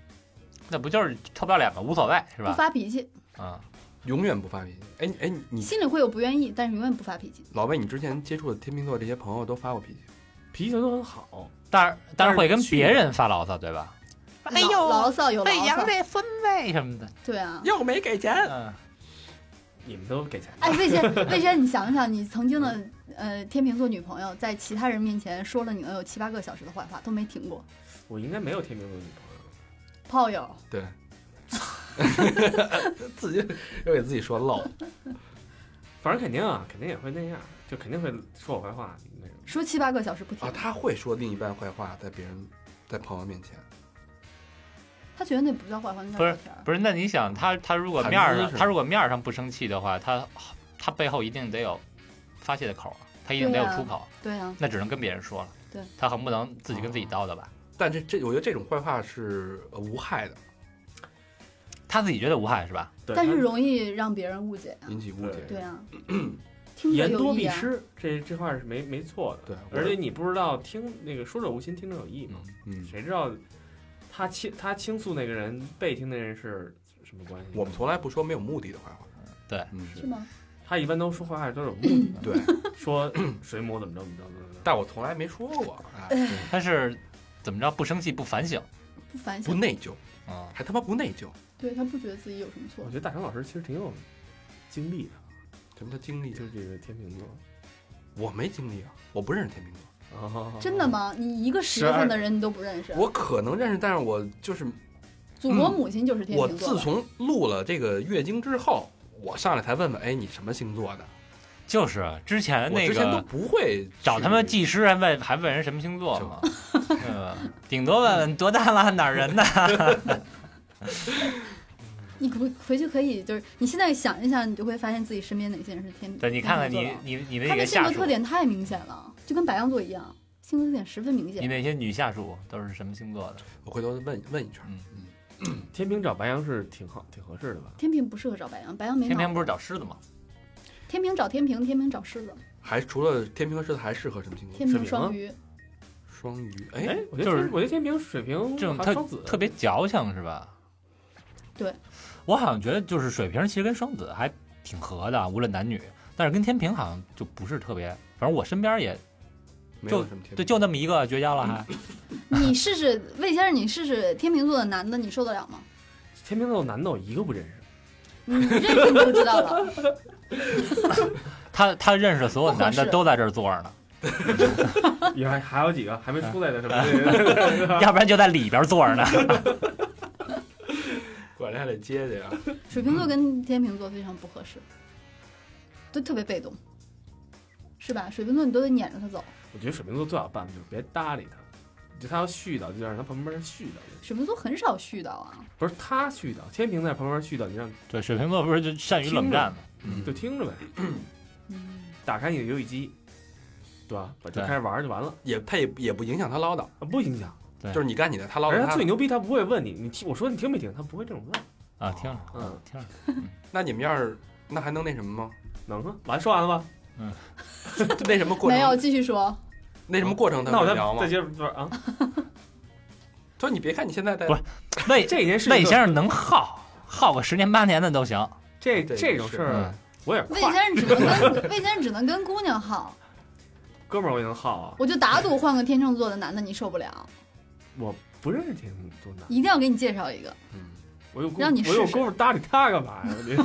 Speaker 4: 那不就是臭不要脸吗？无所谓是
Speaker 5: 不
Speaker 4: 吧？
Speaker 5: 发脾气，
Speaker 4: 啊，
Speaker 2: 永远不发脾气。哎你哎你
Speaker 5: 心里会有不愿意，但是永远不发脾气。
Speaker 2: 老魏，你之前接触的天秤座这些朋友都发过脾气，
Speaker 3: 脾气都很好，
Speaker 4: 但是但是会跟
Speaker 3: 但是去
Speaker 4: 别人发牢骚对吧？哎
Speaker 5: 老
Speaker 4: 呦，
Speaker 5: 牢骚有
Speaker 4: 被
Speaker 5: 牢
Speaker 4: 杨
Speaker 5: 骚，
Speaker 4: 这孙子什么的，
Speaker 5: 对啊。
Speaker 2: (laughs) 又没给钱，
Speaker 4: 嗯，
Speaker 3: 你们都给钱。
Speaker 5: 哎，魏先，魏先，你想想，你曾经的呃天秤座女朋友，在其他人面前说了你能有七八个小时的坏话，都没停过。
Speaker 3: 我应该没有天秤座女朋友。
Speaker 5: 炮友，
Speaker 2: 对，自己 (laughs) 又给自己说漏。
Speaker 3: 反正肯定啊，肯定也会那样，就肯定会说我坏话那种。
Speaker 5: 说七八个小时不停
Speaker 2: 啊，，他会说另一半坏话，在别人在朋友面前，
Speaker 5: 他觉得那不叫坏话，那叫
Speaker 4: 不是
Speaker 5: 聊天儿。
Speaker 4: 不是，那你想他他如果
Speaker 2: 谈
Speaker 4: 面儿
Speaker 2: 资
Speaker 4: 上
Speaker 2: 是
Speaker 4: 他
Speaker 2: 吧
Speaker 4: 如果面儿上不生气的话，他他背后一定得有发泄的口儿，他一定得
Speaker 5: 对
Speaker 4: 有
Speaker 5: 啊
Speaker 4: 出口，
Speaker 5: 对啊，
Speaker 4: 那只能跟别人说了。
Speaker 5: 对，哦
Speaker 4: 他很不能自己跟自己叨叨吧？
Speaker 2: 但这这我觉得这种坏话是呃无害的，
Speaker 4: 他自己觉得无害是吧？
Speaker 3: 对
Speaker 5: 但是
Speaker 3: 他
Speaker 5: 容易让别人误解啊。
Speaker 2: 引起误解。
Speaker 5: 对啊，听着
Speaker 3: 言
Speaker 5: 有
Speaker 3: 多
Speaker 5: 意
Speaker 3: 必
Speaker 5: 啊。
Speaker 3: 失，这这话是没没错的。
Speaker 2: 对，
Speaker 3: 而且
Speaker 2: 我
Speaker 3: 你不知道听那个说者无心，听者有意嘛，
Speaker 2: 嗯，
Speaker 3: 谁知道他倾他倾诉那个人，被听那人是什么关系？
Speaker 2: 我们从来不说没有目的的坏话。
Speaker 4: 对，
Speaker 2: 嗯
Speaker 5: 是吗？
Speaker 3: 他一般都说坏话都有目
Speaker 5: (laughs)
Speaker 3: 的的，
Speaker 2: 对，
Speaker 3: 说水母怎么着怎么着怎么着。
Speaker 2: 但我从来没说过，哎，
Speaker 4: 他是怎么着不生气不反省
Speaker 5: 不反
Speaker 2: 不
Speaker 5: 省，
Speaker 2: 内疚，
Speaker 5: 哦
Speaker 4: 啊？
Speaker 2: 还他妈不内疚，
Speaker 5: 对他不觉得自己有什么错
Speaker 3: 我觉。得大成老师其实挺有经历的，
Speaker 2: 什么叫经历？
Speaker 3: 就是这个天
Speaker 5: (laughs)
Speaker 3: 秤座。
Speaker 2: 我没经历啊，我不认识天秤座，
Speaker 3: 哦，
Speaker 5: 真的？吗？你一个十月份的人你都不认识？
Speaker 2: 我可能认识，但是我就是
Speaker 5: 祖国母亲就是天
Speaker 2: 我
Speaker 5: 秤座
Speaker 2: 自
Speaker 5: 的，
Speaker 2: 从录了这个月经之后，我上来才问问，哎，你什么星座的？
Speaker 4: 就是啊之前
Speaker 2: 我
Speaker 4: 哎那
Speaker 2: 之前都
Speaker 4: 个
Speaker 2: 不会去
Speaker 4: 找他们技师还问还问人什么星座嘛，对吧？ (laughs) 顶多问问多大了哪儿人的，
Speaker 5: 你回回去可以就是你现在想一想，你就会发现自己身边哪些人是天
Speaker 4: 对，你看看
Speaker 5: 天
Speaker 4: 你
Speaker 5: 秤座
Speaker 4: 你你的
Speaker 5: 的他
Speaker 4: 几个
Speaker 5: 们性
Speaker 4: 下
Speaker 5: 格
Speaker 4: 属
Speaker 5: 特，点太明显了，就跟白羊座一样，性格特点十分明
Speaker 4: 你
Speaker 5: 显。
Speaker 4: 那些女下属都是什么星座的？
Speaker 2: 我回头问问一圈。
Speaker 4: 嗯
Speaker 2: 嗯，
Speaker 3: 天平找白羊是挺好，挺合适的吧？
Speaker 5: 天平不适合找白羊，白羊没
Speaker 4: 天
Speaker 5: 脑
Speaker 4: 平
Speaker 5: 子。
Speaker 4: 不是找狮子吗？
Speaker 5: 天平找天平，天平找狮子，
Speaker 2: 还除了天平和狮子，还适合什么星座？
Speaker 5: 天
Speaker 3: 水
Speaker 5: 平
Speaker 3: 瓶啊
Speaker 5: 双鱼。
Speaker 2: 双鱼。
Speaker 3: 哎
Speaker 2: 哎，，
Speaker 3: 我觉得
Speaker 4: 就是
Speaker 3: 天我觉得天平、水瓶
Speaker 4: 这种
Speaker 3: 还
Speaker 4: 特
Speaker 3: 有双子
Speaker 4: 特别矫情是吧？
Speaker 5: 对，
Speaker 4: 我好像觉得就是水瓶其实跟双子还挺合的，无论男女，但是跟天平好像就不是特别，反正我身边也嗯
Speaker 2: 没有什么天平。
Speaker 4: 对，就那么一个绝交了还。
Speaker 5: 你试试魏先生，你试试天秤座的男的，你受得了吗？
Speaker 3: 天秤座男的我一个不认识， (laughs)
Speaker 5: 你认识你就知道了。
Speaker 4: 他他认识的所有男的都在这儿坐着呢， (laughs)
Speaker 3: 也还还有几个还没出来的什么的。
Speaker 4: 要不然就在里边坐着 (laughs) 呢。
Speaker 2: 过两天还得接接啊。
Speaker 5: 水瓶座跟天秤座非常不合适，都特别被动，是吧？水瓶座你都得撵着他走，
Speaker 3: (laughs) 我觉得水瓶座最好办法就是别搭理他，就他要絮叨，就让他旁边絮叨。
Speaker 5: 水瓶座很少絮叨啊。
Speaker 3: 不是他絮叨，天平在旁边絮叨，你让
Speaker 4: 对，水瓶座不是就善于冷战吗？
Speaker 3: 就听着呗，
Speaker 5: 嗯，
Speaker 3: 打开你的游戏机，对吧？把这
Speaker 4: 对
Speaker 3: 开始玩儿就完了，
Speaker 2: 也配也不影响他唠叨，
Speaker 3: 啊不影响。
Speaker 4: 对
Speaker 2: 就是你干你的，他唠
Speaker 3: 而且
Speaker 2: 叨
Speaker 3: 他
Speaker 2: 他
Speaker 3: 最
Speaker 2: 的。
Speaker 3: 牛逼，他不会问你，你听我说你听没听？他不会这种问，
Speaker 4: 啊，听着，
Speaker 3: 嗯，
Speaker 4: 听着，
Speaker 2: 那你们要是那还能那什么吗？
Speaker 3: 能啊？完说完了吧？
Speaker 2: 那什么过
Speaker 5: 没有，
Speaker 2: 程？
Speaker 5: 继续说。
Speaker 2: 那什么过程他
Speaker 3: 那我
Speaker 2: 们
Speaker 3: 再
Speaker 2: 聊吗
Speaker 3: 再？接着不是啊？
Speaker 2: 所以你别看你现在在
Speaker 4: 不是魏
Speaker 3: 这件事
Speaker 4: 魏
Speaker 3: 情就，
Speaker 4: 先生能耗耗个十年八年的都行。
Speaker 3: 这
Speaker 2: 对
Speaker 3: 这种
Speaker 2: 是
Speaker 3: 事儿
Speaker 4: 嗯，
Speaker 3: 我也
Speaker 5: 魏
Speaker 3: 快，
Speaker 5: 先生只能跟魏先生只能跟姑娘耗，
Speaker 3: 哥们儿我也能耗啊，
Speaker 5: 我就打赌换个天秤座的男的你受不了，
Speaker 3: 我不认识天秤座男，
Speaker 5: 一定要给你介绍一个。
Speaker 2: 嗯，
Speaker 3: 我有功
Speaker 5: 让你
Speaker 3: 我有
Speaker 5: 试试
Speaker 3: 功夫搭理他干嘛呀？你是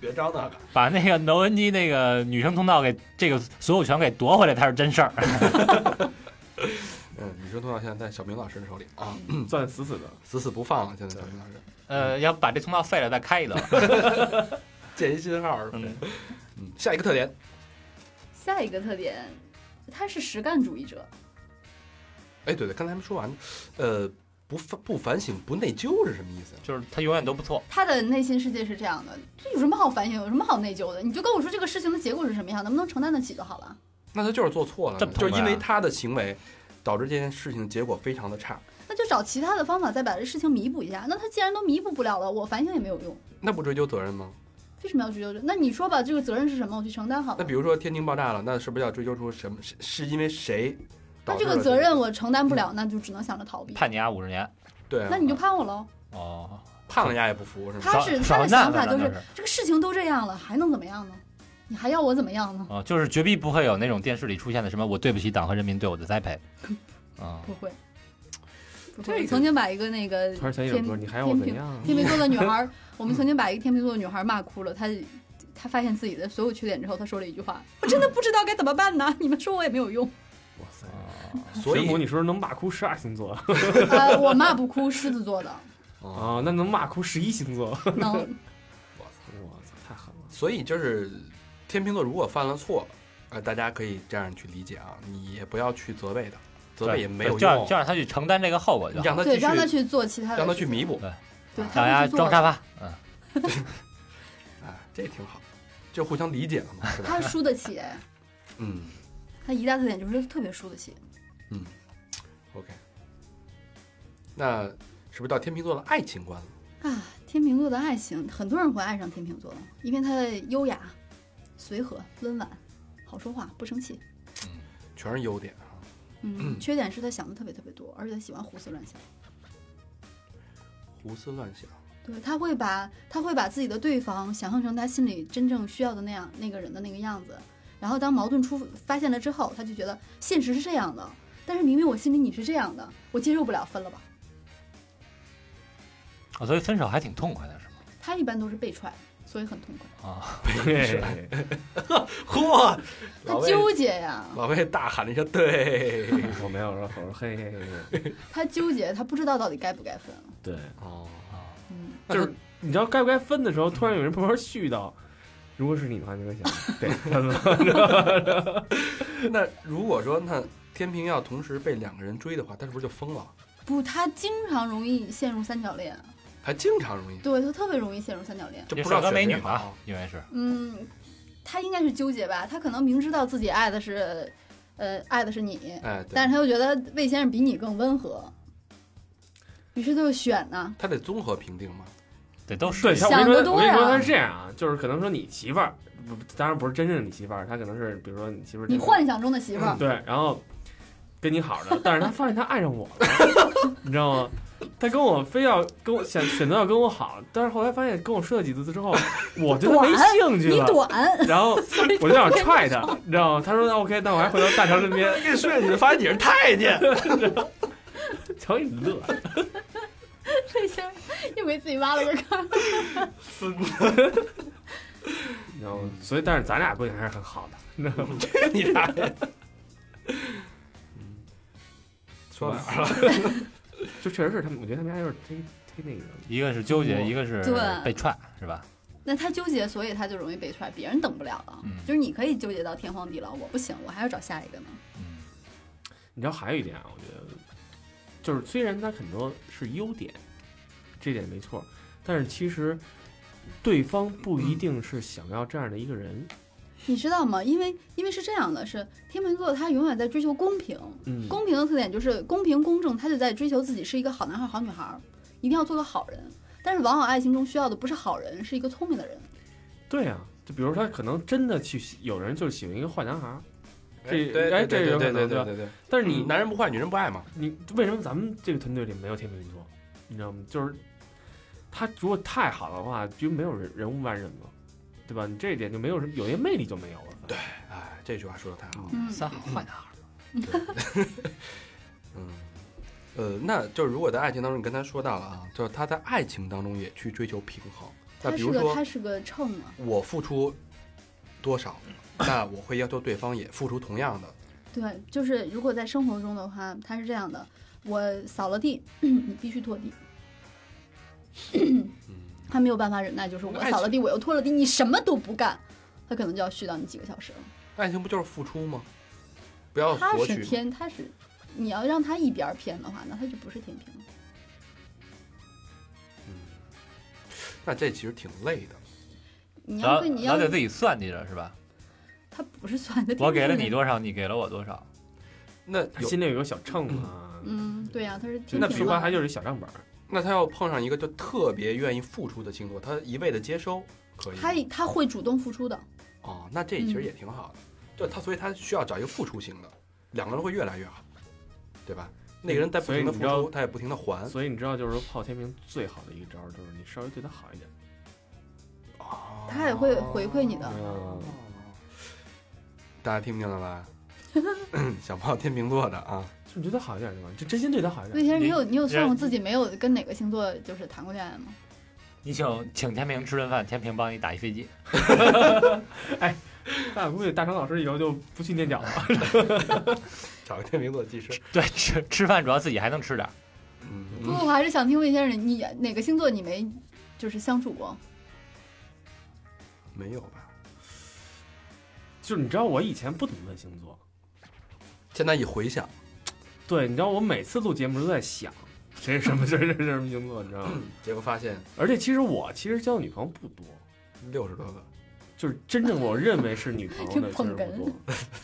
Speaker 2: 别张那个。
Speaker 4: 把那个楼文基那个女生通道给这个所有权给夺回来才是真事儿。
Speaker 2: 嗯，你说多少现在在小明老师的手里啊，
Speaker 3: 攥死死的。
Speaker 2: 死死不放了。现在小明老师
Speaker 4: 呃，要不把这通道废了再开
Speaker 2: (laughs)
Speaker 4: 一个吧。
Speaker 2: 建一新号是吧？
Speaker 4: 嗯
Speaker 2: 嗯，下一个特点，
Speaker 5: 下一个特点，他是实干主义者，
Speaker 2: 哎，对对，刚才还没说完，呃，不不反不反省不内疚是什么意思啊？
Speaker 4: 就是他永远都不错。
Speaker 5: 他的内心世界是这样的，这有什么好反省，有什么好内疚的？你就跟我说这个事情的结果是什么样，能不能承担得起就好了。
Speaker 2: 那他就是做错了
Speaker 4: 这么，
Speaker 2: 就
Speaker 4: 痛
Speaker 2: 是
Speaker 4: 快啊
Speaker 2: 因为他的行为导致这件事情的结果非常的差。
Speaker 5: 那就找其他的方法再把这事情弥补一下。那他既然都弥补不了了，我反省也没有用，
Speaker 2: 那不追究责任吗？
Speaker 5: 为什么要追究这？那你说吧，这个责任是什么？我去承担好
Speaker 2: 那
Speaker 5: 了
Speaker 2: 比。如说天津爆炸了，那是不是要追究出什么？是是因为谁
Speaker 5: 那
Speaker 2: 导
Speaker 5: 这
Speaker 2: 致了？
Speaker 5: 个责任我承担不了，那就只能想着逃避。
Speaker 4: 判你丫五十年
Speaker 2: 对啊，
Speaker 5: 那你就判我喽。
Speaker 4: 哦，
Speaker 2: 判了人家也不服是吗？
Speaker 5: 他是他
Speaker 4: 少
Speaker 5: 的
Speaker 4: 少那
Speaker 5: 想法
Speaker 4: 那
Speaker 5: 就
Speaker 4: 那
Speaker 5: 是
Speaker 4: 是
Speaker 5: 这个事情都这样了，还能怎么样呢？你还要我怎么样呢？
Speaker 4: 哦，就是绝逼不会有那种电视里出现的什么我对不起党和人民对我的栽
Speaker 2: (laughs)
Speaker 4: 培，啊、
Speaker 5: 不会，不
Speaker 2: 这
Speaker 5: 会。
Speaker 2: 个
Speaker 5: 曾经把一个那个
Speaker 3: 突然想起一首歌，你还要我怎样？
Speaker 5: 天秤座的女孩
Speaker 3: (laughs)
Speaker 5: 儿，我们曾经把一个天秤座的女孩儿骂哭了。她她发现自己的所有缺点之后，她说了一句话：“我真的不知道该怎么办呢，你们说我也没有用。
Speaker 3: 哇塞！
Speaker 2: 所以
Speaker 3: 水母，你是不是能骂哭十二星座啊？”
Speaker 5: 呃，我骂不哭狮子座
Speaker 3: (laughs)
Speaker 5: 的，
Speaker 2: 啊，
Speaker 3: 那能骂哭十一星座？
Speaker 5: 能
Speaker 3: (laughs) 我操，太狠了！
Speaker 2: 所以就是天秤座如果犯了错，呃，大家可以这样去理解啊，你也不要去责备他，责备也没有
Speaker 4: 就让
Speaker 2: 用
Speaker 4: 就，让他去承担这个后果就
Speaker 2: 你
Speaker 4: 好。
Speaker 2: 让他
Speaker 5: 对
Speaker 2: 继续
Speaker 5: 让她去做其他的，
Speaker 2: 让他去弥
Speaker 5: 补，
Speaker 2: 补，
Speaker 5: 对，
Speaker 4: 让
Speaker 5: 她
Speaker 4: 丫
Speaker 5: 去做
Speaker 4: 装沙发，嗯，
Speaker 2: 哎，这挺好，就互相理解了嘛，是吧？
Speaker 5: 她输得起。
Speaker 2: 嗯
Speaker 5: 她一大特点就是特别输得起。
Speaker 2: ，OK，那是不是到天秤座的爱情观了？
Speaker 5: 啊，天秤座的爱情，很多人会爱上天秤座的，因为他的优雅、随和、温婉，好说话，不生气。
Speaker 2: 全是优点啊，
Speaker 5: 嗯，缺点是他想的特别特别多，而且他喜欢胡思乱想。
Speaker 2: 胡思乱 (laughs) 想。
Speaker 5: 对，他会把他会把自己的对方想象成他心里真正需要的那样那个人的那个样子，然后当矛盾出发现了之后，他就觉得现实是这样的，但是明明我心里你是这样的，我接受不了，分了吧。
Speaker 4: 哦，所以分手还挺痛快的，是吗？
Speaker 5: 他一般都是被踹，所以很痛快。
Speaker 4: 啊、
Speaker 3: 对，
Speaker 2: 嚯，
Speaker 5: 他
Speaker 2: 老魏
Speaker 5: 纠结呀，
Speaker 2: 老魏大喊了一声：“对
Speaker 3: 我没有说，我说嘿嘿嘿。
Speaker 5: 他纠结，他不知道到底该不该分。
Speaker 3: 对，！”
Speaker 2: 哦，
Speaker 5: 嗯，
Speaker 3: 就是你知道该不该分的时候，突然有人旁边絮叨。如果是你的话，你会 (laughs) 想，对，分了。
Speaker 2: (laughs) 那如果说那天平要同时被两个人追的话，他是不是就疯了？
Speaker 5: 不，他经常容易陷入三角恋，
Speaker 2: 还经常容易
Speaker 5: 对他特别容易陷入三角恋。
Speaker 2: 就
Speaker 4: 也
Speaker 2: 不知
Speaker 4: 帅哥
Speaker 2: 道选
Speaker 4: 美
Speaker 2: 谁啊
Speaker 4: 女嘛
Speaker 2: 好，
Speaker 4: 因为是
Speaker 5: 嗯，他应该是纠结吧，他可能明知道自己爱的是，呃，爱的是你，
Speaker 2: 哎，对
Speaker 5: 但是他又觉得魏先生比你更温和，于是他就选呢、
Speaker 2: 他得综合评定嘛。
Speaker 4: 对，都是
Speaker 3: 对，他我
Speaker 5: 想
Speaker 3: 跟你
Speaker 5: 得多
Speaker 3: 说，我跟你说，
Speaker 5: 呀
Speaker 3: 他是这样啊，就是可能说你媳妇儿，不，当然不是真正的你媳妇儿，他可能是比如说你媳妇儿真
Speaker 5: 你
Speaker 3: 的，
Speaker 5: 幻想中的媳妇儿，
Speaker 3: 对，然后跟你好着，但是他发现他爱上我了， (laughs) 你知道吗？他跟我非要跟我想选择要跟我好，但是后来发现跟我说了几次之后，我对他没兴趣
Speaker 5: 你
Speaker 3: 了，
Speaker 5: 短，
Speaker 3: 然后我就想踹他，你知道吗？他说那 OK，那我还回到大乔身边，
Speaker 2: 一睡你就发现你是太监，
Speaker 3: 瞧你乐，
Speaker 5: (laughs) 魏先生又给自己挖了个坑。
Speaker 3: 你知道吗？所以但是咱俩关系还是很好的，你知道吗？
Speaker 2: 你啥呀？说哎哪
Speaker 3: 哎
Speaker 2: 儿了？
Speaker 3: 就确实是他们，我觉得他们家就是忒忒那个。
Speaker 4: 一个是纠结，一个是
Speaker 5: 对
Speaker 4: 被踹，是吧？
Speaker 5: (laughs) 那他纠结，所以他就容易被踹，别人等不了了。
Speaker 4: 嗯
Speaker 5: 就是你可以纠结到天荒地老，我不行，我还要找下一个呢。
Speaker 4: 嗯，
Speaker 3: 你知道还有一点啊，我觉得就是虽然他很多是优点，这点没错，但是其实对方不一定是想要这样的一个人。
Speaker 5: 你知道吗？因为因为是这样的，是天秤座他永远在追求公平，
Speaker 3: 嗯
Speaker 5: 公平的特点就是公平公正，他就在追求自己是一个好男孩、好女孩儿，一定要做个好人。但是往往爱情中需要的不是好人，是一个聪明的人。
Speaker 3: 对啊，就比如说他可能真的去喜有人就是喜欢一个坏男孩儿，这
Speaker 2: 对
Speaker 3: 哎
Speaker 2: 对对
Speaker 3: 这有
Speaker 2: 对对
Speaker 3: 可能
Speaker 2: 对嗯
Speaker 3: 对
Speaker 2: 对对，
Speaker 3: 但是
Speaker 2: 你
Speaker 3: 你、
Speaker 2: 男人不坏，女人不爱嘛。
Speaker 3: 你为什么咱们这个团队里没有天秤座？你知道吗？就是他如果太好的话，就没有人人无完人了，对吧？你这一点就没有什么，有些魅力就没有了。对，
Speaker 2: 哎，这句话说的太好了。
Speaker 5: 嗯，
Speaker 4: 三好坏男孩，
Speaker 2: 嗯，呃，那就是如果在爱情当中，你刚才说到了啊，就是他在爱情当中也去追求平衡。那
Speaker 5: 他
Speaker 2: 比
Speaker 5: 是
Speaker 2: 如
Speaker 5: 个
Speaker 2: 说
Speaker 5: 他是个秤啊，
Speaker 2: 我付出多少，那我会要求对方也付出同样的。
Speaker 5: 对，就是如果在生活中的话，他是这样的：我扫了地， (clears throat) 你必须拖地。
Speaker 2: 嗯，
Speaker 5: 他没有办法忍耐，就是我
Speaker 2: 爱情
Speaker 5: 扫了地，我又拖了地，你什么都不干，他可能就要絮叨你几个小时了。
Speaker 2: 爱情不就是付出吗？不要
Speaker 5: 他
Speaker 2: 索
Speaker 5: 是
Speaker 2: 取。
Speaker 5: 天，他是你要让他一边儿偏的话，那他就不是天平了。
Speaker 2: 那这其实挺累的。
Speaker 5: 你
Speaker 7: 然
Speaker 5: 要
Speaker 7: 后
Speaker 5: 对你
Speaker 7: 然
Speaker 5: 要
Speaker 7: 后得自己算计着是吧？
Speaker 5: 他不是算的，
Speaker 7: 我给了
Speaker 5: 天
Speaker 7: 你
Speaker 5: 秤
Speaker 7: 多少，你给了我多少，
Speaker 2: 那
Speaker 3: 他
Speaker 2: 有
Speaker 3: 心里有个小秤啊，
Speaker 5: 嗯，对呀、他是
Speaker 3: 就
Speaker 5: 天
Speaker 3: 那
Speaker 5: 秤
Speaker 3: 比如说
Speaker 5: 啊
Speaker 3: 他就是一小账本儿，
Speaker 2: 那他要碰上一个就特别愿意付出的星座，他一味的接收可以吗。
Speaker 5: 他他会主动付出的，
Speaker 2: 哦，那这其实也挺好的。
Speaker 5: 嗯
Speaker 2: 就他，所以他需要找一个付出型的，两个人会越来越好，对吧？那个人在不
Speaker 3: 所以
Speaker 2: 停的
Speaker 3: 你
Speaker 2: 付
Speaker 3: 知道
Speaker 2: 出，他也不停的还。
Speaker 3: 所以你知道，就是说泡天平最好的一个招儿就是你稍微对他好一点，
Speaker 5: 他也会回馈你的。
Speaker 3: 嗯，
Speaker 2: 大家听不听了
Speaker 5: (laughs)
Speaker 2: 吧？想泡天秤座的啊，
Speaker 3: 就你对他好一点就完，就真心对他好一
Speaker 5: 魏
Speaker 3: 点。
Speaker 5: 先生，你
Speaker 7: 你
Speaker 5: 有你有算过
Speaker 7: 你
Speaker 5: 自己没有跟哪个星座就是谈过恋爱吗？
Speaker 7: 你请请天平吃顿饭，天平帮你打一飞机。
Speaker 3: 那估计大成老师以后就不去念脚 (laughs) 了。
Speaker 2: 找个天秤座技师。
Speaker 7: (laughs) 对，吃吃饭主要自己还能吃点儿。
Speaker 5: 不
Speaker 2: 嗯，
Speaker 5: 过我还是想听魏先生，你哪个星座你没就是相处过？
Speaker 2: 没有吧？
Speaker 3: 就是你知道我以前不怎么问星座，
Speaker 2: 现在一回想，
Speaker 3: 对，你知道我每次录节目都在想谁是什么谁是什么星座，你知 (clears throat) 道吗？
Speaker 2: 结果发现
Speaker 3: 而且其实我其实交女朋友不多，
Speaker 2: 六十多个，
Speaker 3: 就是真正我认为是女朋友的
Speaker 5: 就
Speaker 3: 其实
Speaker 5: 捧
Speaker 3: 不
Speaker 5: 哏
Speaker 3: 多，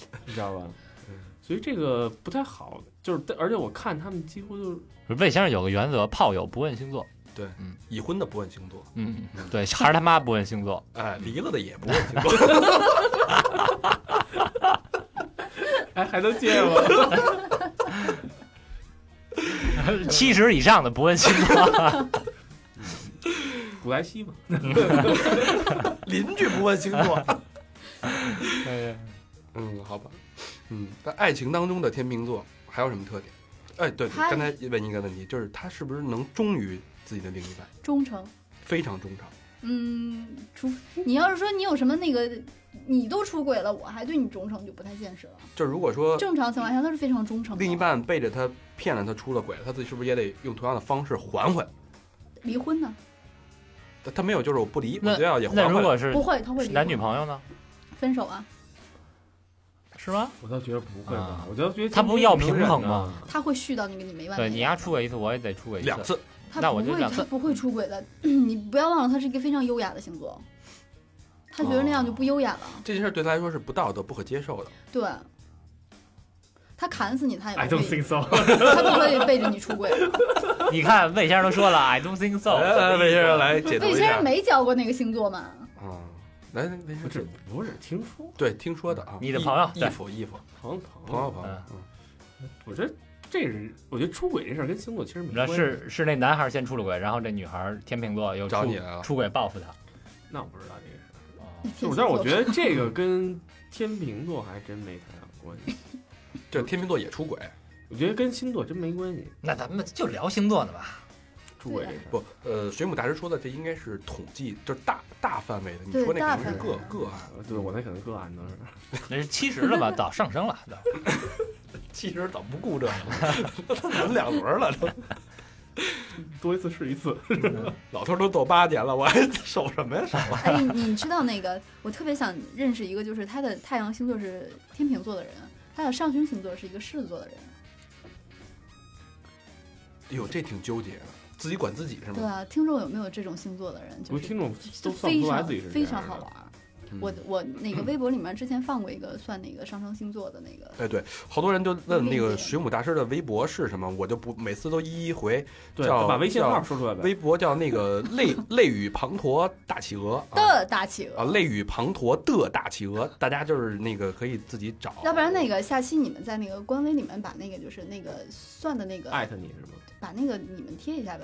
Speaker 3: (laughs) 你知道吧
Speaker 2: 嗯？
Speaker 3: 所以这个不太好，就是但而且我看他们几乎就是
Speaker 7: 魏先生有个原则，炮友不问星座。
Speaker 2: 已婚的不问星座，
Speaker 7: 嗯，对，还是他妈不问星 (laughs) 座。
Speaker 2: 哎，离了的也不问
Speaker 5: (laughs)
Speaker 2: 星座。
Speaker 3: 哎还能接着吗？ (laughs)
Speaker 7: 七十以上的不问星座，
Speaker 3: 古莱西嘛，
Speaker 2: 邻居不问星座。
Speaker 5: (laughs)
Speaker 2: 嗯，好吧。嗯，在爱情当中的天秤座还有什么特点？哎，对，
Speaker 5: 他
Speaker 2: 刚才问你一个问题，就是他是不是能忠于自己的另一半，
Speaker 5: 忠诚，
Speaker 2: 非常忠诚？
Speaker 5: 嗯，除你要是说你有什么那个，你都出轨了，我还对你忠诚就不太现实了。
Speaker 2: 就是如果说
Speaker 5: 正常情况下他是非常忠诚的。
Speaker 2: 另一半背着他骗了他出了轨，他自己是不是也得用同样的方式还回来？
Speaker 5: 离婚呢？
Speaker 2: 他他没有，就是我不离，
Speaker 7: 那
Speaker 2: 我就要也
Speaker 7: (laughs) 那
Speaker 2: 还
Speaker 7: 如
Speaker 2: 回来。
Speaker 7: 果是
Speaker 5: 不会，他会离婚
Speaker 7: 男女朋友呢？
Speaker 5: 分手啊，
Speaker 7: 是吗？
Speaker 3: 我倒觉得不会吧
Speaker 7: 啊，
Speaker 3: 我倒觉得
Speaker 7: 他不要平衡吗？
Speaker 5: 他会续到你跟你没完没
Speaker 7: 对
Speaker 5: 了。
Speaker 7: 你丫出轨一次，我也得出轨一
Speaker 2: 两
Speaker 7: 次。
Speaker 2: 次，
Speaker 5: 他
Speaker 7: 那
Speaker 5: 不
Speaker 7: 我就
Speaker 5: 会，
Speaker 7: 两
Speaker 5: 他
Speaker 7: 次
Speaker 5: 不会出轨的。 (clears throat) 你不要忘了，他是一个非常优雅的星座，他觉得那样就不优雅了。
Speaker 2: 这件事对他来说是不道德、不可接受的。
Speaker 5: 对，他砍死你，他也
Speaker 3: I
Speaker 5: 不
Speaker 3: don't
Speaker 5: 会，
Speaker 3: think so。
Speaker 5: 他不会背着你出轨。
Speaker 7: 你看魏先生都说了，I don't think (laughs) so。
Speaker 2: 来来，哎魏先生来解读
Speaker 5: 魏
Speaker 2: 一
Speaker 5: 先
Speaker 2: 下
Speaker 5: 生。没教过那个星座嘛？
Speaker 2: 啊，来，魏先
Speaker 3: 我只
Speaker 2: 生，
Speaker 3: 我只是
Speaker 5: (laughs)
Speaker 3: 听说，
Speaker 2: 对，听说的啊，
Speaker 7: 你的朋友
Speaker 2: 义
Speaker 7: 对
Speaker 2: 父，义父，
Speaker 3: 朋友朋
Speaker 2: 朋友，朋友
Speaker 7: 嗯，
Speaker 2: 嗯
Speaker 3: 我觉得这是我觉得出轨这事儿跟星座其实没
Speaker 7: 那
Speaker 3: 关系。
Speaker 7: 是是那男孩先出了轨，然后这女孩天秤座又
Speaker 2: 找
Speaker 7: 出
Speaker 2: 你啊来了
Speaker 7: 出轨报复他。
Speaker 3: 那我不知道这个事
Speaker 7: 哦
Speaker 3: 儿。
Speaker 5: 天
Speaker 3: 就
Speaker 5: 蝎
Speaker 3: 是但是我
Speaker 5: 座
Speaker 3: 觉得这个跟天秤座还真没太大关系，
Speaker 2: 就是天秤座也出轨，
Speaker 3: 我觉得跟星座真没关系。
Speaker 7: 那咱们就聊星座呢吧。
Speaker 3: 出轨这事儿，
Speaker 2: 不，呃，水母大师说的这应该是统计，就是大大范围的。你
Speaker 5: 对
Speaker 2: 说那
Speaker 5: 大
Speaker 2: 可能
Speaker 5: 范
Speaker 2: 是个
Speaker 5: 围的
Speaker 2: 个案，
Speaker 5: 啊
Speaker 3: 呃对我那可能个案都是。
Speaker 5: (laughs)
Speaker 7: 那是七十了吧？早上升了， (laughs) 都
Speaker 2: 其实早不顾这个，
Speaker 7: (laughs)
Speaker 2: 轮两轮了，都
Speaker 3: 多一次是一次，
Speaker 2: 老头都走八年了，我还 (laughs) 哎守什么呀守？
Speaker 5: 哎，你你知道那个，我特别想认识一个，就是他的太阳星座是天秤座的人，他的上升星座是一个狮子座的人。
Speaker 2: 哎呦，这挺纠结的，自己管自己是
Speaker 5: 对
Speaker 2: 吗？
Speaker 5: 啊，听众有没有这种星座的人？就
Speaker 3: 我
Speaker 5: 是
Speaker 3: 听众
Speaker 5: 就
Speaker 3: 都算不
Speaker 5: 非
Speaker 3: 出来
Speaker 5: 常
Speaker 3: 自己是
Speaker 5: 非
Speaker 3: 谁啊
Speaker 5: 常好玩。儿。
Speaker 3: 嗯
Speaker 5: 我我那个微博里面之前放过一个算那个上升星座的那
Speaker 3: (laughs)
Speaker 5: 个，
Speaker 2: 哎，对，好多人就问那
Speaker 5: 理
Speaker 2: 个
Speaker 5: 解
Speaker 2: 水母大师的微博是什么，我就不每次都一一回。
Speaker 3: 对，
Speaker 2: 叫
Speaker 3: 把微信
Speaker 2: 叫
Speaker 3: 号说出来呗。
Speaker 2: 微博叫那个 (laughs) 泪泪雨滂沱大企鹅啊
Speaker 5: 的大企
Speaker 3: 哦
Speaker 2: 啊，
Speaker 5: 鹅。
Speaker 2: 泪雨滂沱的大企鹅，大家就是那个可以自己找。
Speaker 5: 要不然那个下期你们在那个官微里面把那个就是那个算的那个，
Speaker 3: 艾特你是吗？
Speaker 5: 把那个你们贴一下呗。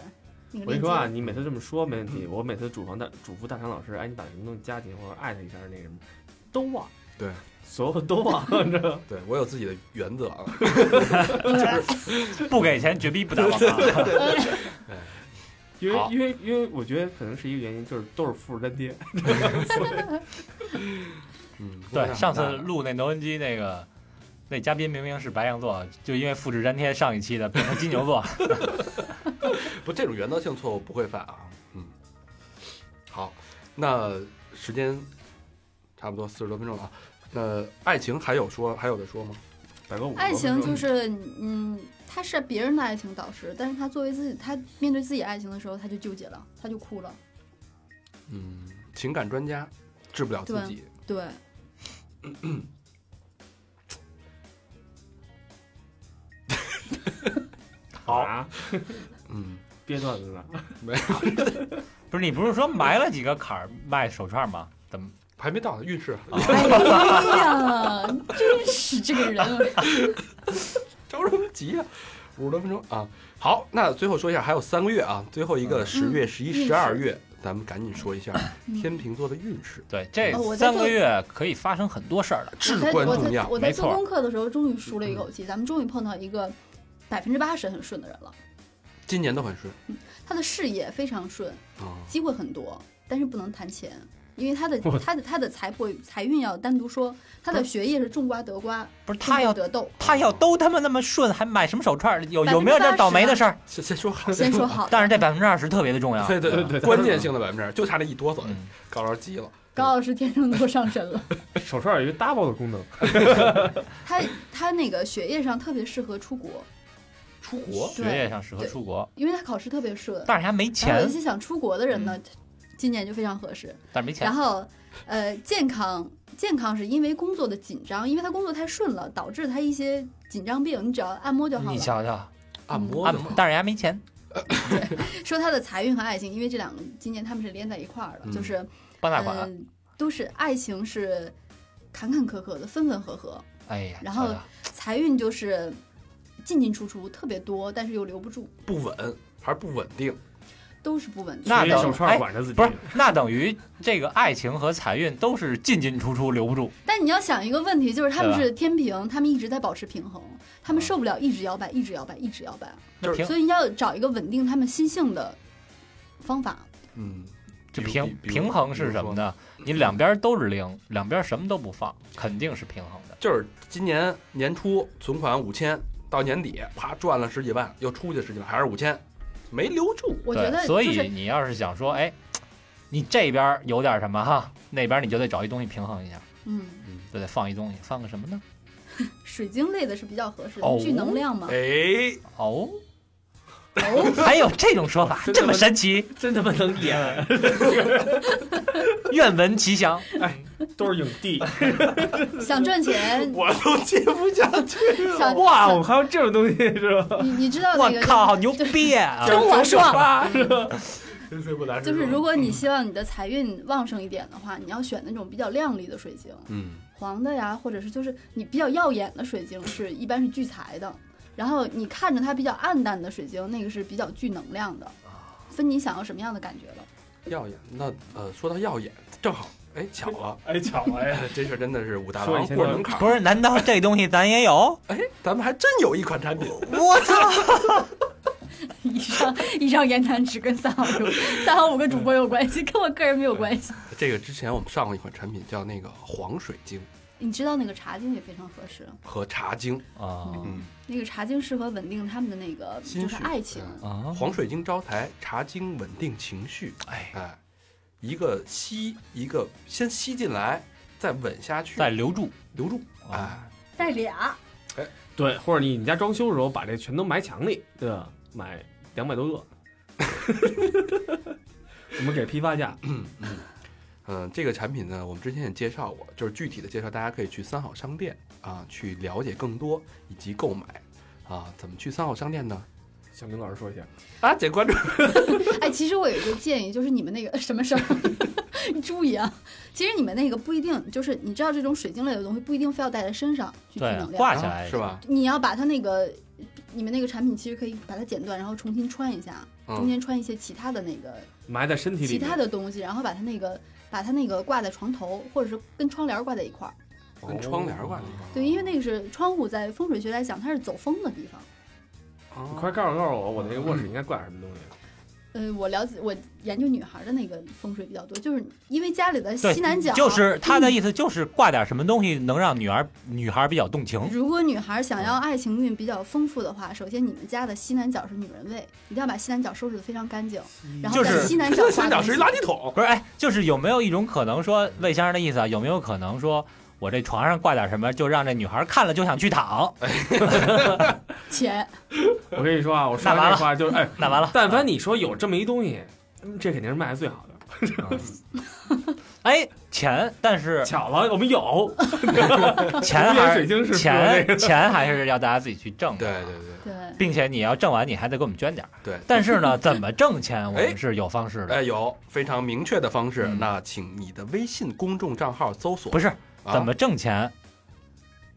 Speaker 5: 那个
Speaker 3: 我
Speaker 5: 链接嗯
Speaker 3: 跟你说啊，你每次这么说没问题。我每次嘱咐大嘱咐大长老师，哎，你把什么东西加进去或者艾特一下那什么，都忘。
Speaker 2: 对，
Speaker 3: 所有都忘着。
Speaker 2: 对我有自己的
Speaker 5: (laughs)
Speaker 2: 原则啊。
Speaker 7: 不给钱绝逼不打
Speaker 5: (laughs)
Speaker 7: 广告。
Speaker 3: 因
Speaker 7: 好
Speaker 3: 为因为因为我觉得可能是一个原因，就是都是富士单爹。
Speaker 2: 嗯，
Speaker 7: 对，
Speaker 2: (laughs)
Speaker 7: 上次录那挪文基那个那嘉宾明明是白羊座，就因为复制粘贴上一期的变成金牛
Speaker 2: (laughs)
Speaker 7: 座。
Speaker 2: 不，这种原则性错误不会犯啊。嗯，好，那时间差不多四十多分钟了啊。那爱情还有说还有的说吗？
Speaker 3: 百分之五十多分钟
Speaker 5: 爱情就是，嗯，他是别人的爱情导师，但是他作为自己，他面对自己爱情的时候，他就纠结了，他就哭了，
Speaker 2: 嗯，情感专家治不了自己，
Speaker 5: 对，
Speaker 3: 好啊，
Speaker 2: 嗯，
Speaker 3: 憋段子呢，
Speaker 4: 不是你不是说埋了几个坎儿卖手串吗？怎么
Speaker 2: 还没到呢，运势
Speaker 5: (laughs) 哎呀，真是这个人，啊
Speaker 2: 着什么急呀、五十多分钟啊，好，那最后说一下，还有三个月啊，最后一个十月、十一、十二月，咱们赶紧说一下
Speaker 5: (laughs) 嗯
Speaker 2: 天秤座的运势，
Speaker 4: 对这
Speaker 5: 哦我在
Speaker 4: 三
Speaker 5: 做
Speaker 4: 个月可以发生很多事儿的？
Speaker 2: 至关重要。
Speaker 5: 我在我在我在
Speaker 4: 没
Speaker 5: 做
Speaker 4: 错
Speaker 5: 功课的时候，终于舒了一口气，咱们终于碰到一个百分之八十很顺的人了。
Speaker 2: 今年都很顺
Speaker 5: 他的事业非常顺，
Speaker 2: 啊，
Speaker 5: 机会很多，但是不能谈钱，因为他的
Speaker 3: 我
Speaker 5: 他的他的财帛财运要单独说，他的学业是种瓜得瓜，
Speaker 4: 不是
Speaker 5: 种
Speaker 4: 他
Speaker 5: 豆
Speaker 4: 要
Speaker 5: 得豆。
Speaker 4: 他要都他妈那么顺，还买什么手串儿？有
Speaker 5: 80%
Speaker 4: 有没有这倒霉的事儿？
Speaker 2: 先先说好，
Speaker 5: 先说好，
Speaker 4: 但是这百分之二十特别的重要。
Speaker 2: (laughs) 对对对对，关键性的百分之二，就差这一哆嗦，
Speaker 4: 嗯，
Speaker 2: 高老师急了。
Speaker 5: 高老师天秤座上身了，
Speaker 3: 手串有一个 double 的功能，
Speaker 5: (laughs) 他他那个学业上特别适合出国，
Speaker 2: 出国
Speaker 4: 学
Speaker 5: 对，
Speaker 4: 业上适合出国，
Speaker 5: 因为他考试特别顺。
Speaker 4: 但是还没
Speaker 5: 然后有
Speaker 4: 钱
Speaker 5: 一，些想出国的人呢，今年就非常合适。
Speaker 4: 但是没钱
Speaker 5: 然。后，呃，健康健康是因为工作的紧张，因为他工作太顺了，导致他一些紧张病，你只要按摩就好
Speaker 4: 你
Speaker 5: 了。
Speaker 4: 瞧瞧，
Speaker 2: 按摩
Speaker 5: 嗯
Speaker 4: 按
Speaker 2: 的
Speaker 4: 摩，但是人家没钱，
Speaker 5: 说他的财运和爱情，因为这两个今年他们是连在一块儿的，
Speaker 2: 嗯
Speaker 5: 就是
Speaker 4: 傍大款。
Speaker 5: 嗯，都是爱情是坎坎坷坷的，分分合合，
Speaker 4: 哎呀，
Speaker 5: 然后
Speaker 4: 瞧瞧
Speaker 5: 财运就是进进出出特别多，但是又留不住，
Speaker 2: 不稳还是不稳定，
Speaker 5: 都是不稳定。
Speaker 4: 那
Speaker 3: (laughs) 所以
Speaker 4: 倒
Speaker 3: 手串
Speaker 4: 哎
Speaker 3: 管着自己，
Speaker 4: 不是那等于这个爱情和财运都是进进出出，留不住。
Speaker 5: 但你要想一个问题，就是他们
Speaker 4: 对吧嗯
Speaker 5: 是天平，他们一直在保持平衡，他们受不了一直摇摆，一直摇摆，一直摇摆，
Speaker 4: 那平
Speaker 5: 所以要找一个稳定他们心性的方法。
Speaker 2: 嗯，
Speaker 4: 这
Speaker 2: 比如
Speaker 4: 平
Speaker 2: 比如
Speaker 4: 平衡是什么
Speaker 2: 比如说
Speaker 4: 呢？你两边都是零，两边什么都不放，肯定是平衡的。
Speaker 2: 就是今年年初存款五千，到年底啪赚了十几万，又出去十几万，还是五千，没留住。
Speaker 5: 我觉
Speaker 4: 对
Speaker 5: 得，
Speaker 4: 所
Speaker 5: 就
Speaker 4: 以
Speaker 5: 是
Speaker 4: 你要是想说，哎，你这边有点什么哈，那边你就得找一东西平衡一下，
Speaker 5: 嗯，
Speaker 4: 就得放一东西，放个什么呢？
Speaker 5: 水晶类的是比较合适
Speaker 4: 哦
Speaker 5: 的，聚能量嘛。
Speaker 2: 哎，
Speaker 4: 哦，
Speaker 5: 哦，
Speaker 4: 还有这种说法，
Speaker 3: 真的
Speaker 4: 这
Speaker 3: 吗
Speaker 4: 么神奇，
Speaker 8: 真他妈能演，
Speaker 4: 愿闻其详。
Speaker 8: 都是影帝。
Speaker 5: 想赚钱，
Speaker 2: (laughs) 我都接不下去。
Speaker 5: 想
Speaker 8: 哇，
Speaker 5: 想
Speaker 8: 我们还有这种东西是吧？
Speaker 5: 你你知道
Speaker 4: 我
Speaker 5: 那个
Speaker 4: 靠，好牛逼啊！
Speaker 5: 听我说，
Speaker 2: 对不难
Speaker 5: 就是如果你希望你的财运旺盛一点的话，你要选那种比较亮丽的水晶，
Speaker 2: 嗯，
Speaker 5: 黄的呀，或者是就是你比较耀眼的水晶是一般是聚财的，然后你看着它比较暗淡的水晶，那个是比较聚能量的，
Speaker 2: 啊
Speaker 5: 分你想要什么样的感觉了。
Speaker 2: 耀眼。那呃，说到耀眼，正好哎巧了， (laughs)
Speaker 8: 哎，巧了呀！
Speaker 2: 这事儿真的是武大
Speaker 8: 说
Speaker 2: 郎
Speaker 8: 以前
Speaker 2: 过
Speaker 8: 就
Speaker 2: 门槛儿。
Speaker 4: 不是？难道这东西咱也有？
Speaker 2: 哎，咱们还真有一款产品， (laughs)
Speaker 4: 我操！
Speaker 5: 以上以上言谈只跟三好有三好五个主播有关系，跟我个人没有关系。
Speaker 2: 这个之前我们上过一款产品叫那个黄水晶
Speaker 5: 你知道那个茶晶也非常合适，
Speaker 2: 和茶晶，
Speaker 4: 啊
Speaker 2: 嗯，
Speaker 5: 那个茶晶适合稳定他们的那个
Speaker 2: 心
Speaker 5: 就是
Speaker 2: 绪
Speaker 5: 爱情。
Speaker 4: 啊！
Speaker 2: 黄水晶招财，茶晶稳定情绪。
Speaker 4: 哎，
Speaker 2: 哎，一个吸，一个先吸进来，再稳下去，
Speaker 4: 再留住
Speaker 2: 留住。
Speaker 4: 啊！
Speaker 2: 哎，
Speaker 5: 带俩，
Speaker 3: 对，或者你你家装修的时候把这全都埋墙里，对吧？买两百多个，我们给批发价，
Speaker 2: 嗯，这个产品呢，我们之前也介绍过，就是具体的介绍，大家可以去三好商店啊，去了解更多以及购买啊。怎么去三好商店呢？
Speaker 3: 想跟老师说一下，
Speaker 2: 啊，姐关注。
Speaker 5: 哎，其实我有一个建议，就是你们那个 (laughs) 什么事儿，你注意啊。其实你们那个不一定，就是你知道这种水晶类的东西不一定非要带在身上去聚
Speaker 4: 对啊
Speaker 5: 能，量，
Speaker 4: 挂起来
Speaker 2: 啊是？吧？
Speaker 5: 你要把它那个你们那个产品其实可以把它剪断，然后重新穿一下，中
Speaker 2: 嗯，
Speaker 5: 间穿一些其他的那个
Speaker 3: 埋在身体
Speaker 5: 其
Speaker 3: 里面。
Speaker 5: 他的东西，然后把它那个把它那个挂在床头，或者是跟窗帘挂在一块儿。
Speaker 2: 跟窗帘挂
Speaker 4: 哦
Speaker 2: 的。
Speaker 5: 对，因为那个是窗户，在风水学来讲，它是走风的地方。
Speaker 2: 哦
Speaker 3: 你快告诉告诉我，我那个卧室应该挂点什么东西？
Speaker 5: 呃，我了解，我研究女孩的那个风水比较多，就是因为家里的
Speaker 4: 对
Speaker 5: 西南角，嗯
Speaker 4: 就是他的意思，就是挂点什么东西能让女儿女孩比较动情。
Speaker 5: 如果女孩想要爱情运比较丰富的话，首先你们家的西南角是女人位，一定要把西南角收拾得非常干净，然后
Speaker 4: 就
Speaker 5: 在
Speaker 4: 是
Speaker 5: 西南角挂
Speaker 2: 三角
Speaker 5: 东
Speaker 2: 是一
Speaker 5: 西。
Speaker 2: 垃圾桶。
Speaker 4: 不是，哎，就是有没有一种可能说，魏先生的意思啊，有没有可能说我这床上挂点什么，就让这女孩看了就想去
Speaker 2: (laughs)
Speaker 4: 躺？
Speaker 5: 钱，
Speaker 3: 我跟你说啊，我说
Speaker 4: 那完
Speaker 3: 完
Speaker 4: 了
Speaker 3: 这话就是，哎，
Speaker 4: 那完了，
Speaker 3: 但凡你说有这么一东西，嗯这肯定是卖的最好的。
Speaker 4: 哎，钱，但是
Speaker 2: (laughs)
Speaker 9: 巧了，我们有
Speaker 4: 钱
Speaker 9: 无言
Speaker 4: 还
Speaker 9: 水晶是说那
Speaker 4: 钱钱还是要大家自己去挣
Speaker 2: 对
Speaker 4: 的，
Speaker 2: 对对
Speaker 5: 对，
Speaker 4: 并且你要挣完，你还得给我们捐点儿。
Speaker 2: 对
Speaker 4: 但是
Speaker 2: (laughs)
Speaker 4: 呢，怎么挣钱，我
Speaker 2: 哎
Speaker 4: 们是有方式
Speaker 2: 哎，
Speaker 4: 的。
Speaker 2: 有非常明确的方式，
Speaker 4: 嗯
Speaker 2: 那请你的微信公众账号搜索
Speaker 4: 不是
Speaker 2: 啊
Speaker 4: 怎么挣钱，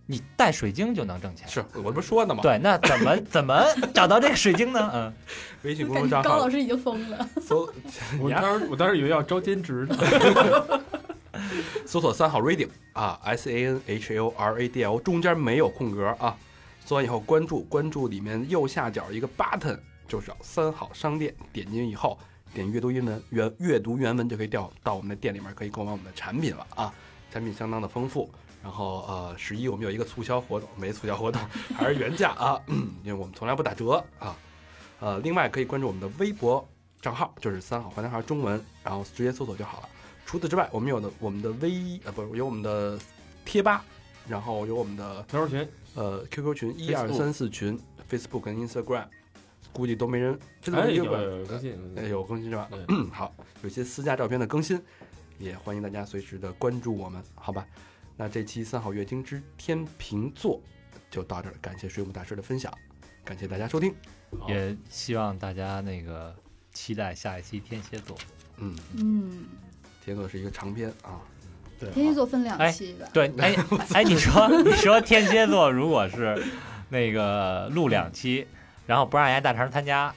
Speaker 4: 你带水晶就能挣钱。
Speaker 2: 是我这不是说呢吗？
Speaker 4: 对，那怎么怎么找到这个水晶呢？嗯，
Speaker 2: 微信
Speaker 5: 我
Speaker 2: 公
Speaker 5: 感
Speaker 2: 众
Speaker 5: 觉
Speaker 2: 账
Speaker 5: 高
Speaker 2: 号
Speaker 5: 老师已经疯了。
Speaker 2: 搜
Speaker 3: 我当时我当时以为要招兼职呢，
Speaker 2: (laughs) 搜索三好 radio 啊，S A N H O R A D L，中间没有空格啊。搜完以后关注，关注里面右下角一个 button 就是找三好商店，点进去以后点阅读原文原阅读原文就可以调到我们的店里面，可以购买我们的产品了啊，产品相当的丰富。然后呃，十一我们有一个促销活动，没促销活动， (laughs) 还是原价啊，嗯因为我们从来不打折啊。呃，另外可以关注我们的微博账号，就是三好坏男孩中文，然后直接搜索就好了。除此之外，我们有的我们的微呃不是有我们的贴吧，然后有我们的
Speaker 3: 小手群
Speaker 2: 呃 QQ 群一二
Speaker 3: Facebook
Speaker 2: 三四群，Facebook 跟 Instagram，估计都没人。真的
Speaker 3: 哎
Speaker 2: 没
Speaker 3: 有
Speaker 2: 人管
Speaker 3: 有有更新，
Speaker 2: 哎有更新是吧
Speaker 3: 对？
Speaker 2: 嗯， (clears throat) 好，有些私家照片的更新，也欢迎大家随时的关注我们，好吧？那这期三好月经之天秤座就到这儿，感谢水母大师的分享，感谢大家收听，
Speaker 3: 好
Speaker 4: 也希望大家那个期待下一期天蝎座。
Speaker 2: 嗯，
Speaker 5: 嗯，
Speaker 2: 天蝎座是一个长篇啊，
Speaker 5: 天蝎座分两
Speaker 4: 哎
Speaker 5: 期吧。
Speaker 4: 对， (laughs) 哎哎，你说你说天蝎座如果是那个录两期，然后不让人家大肠参加，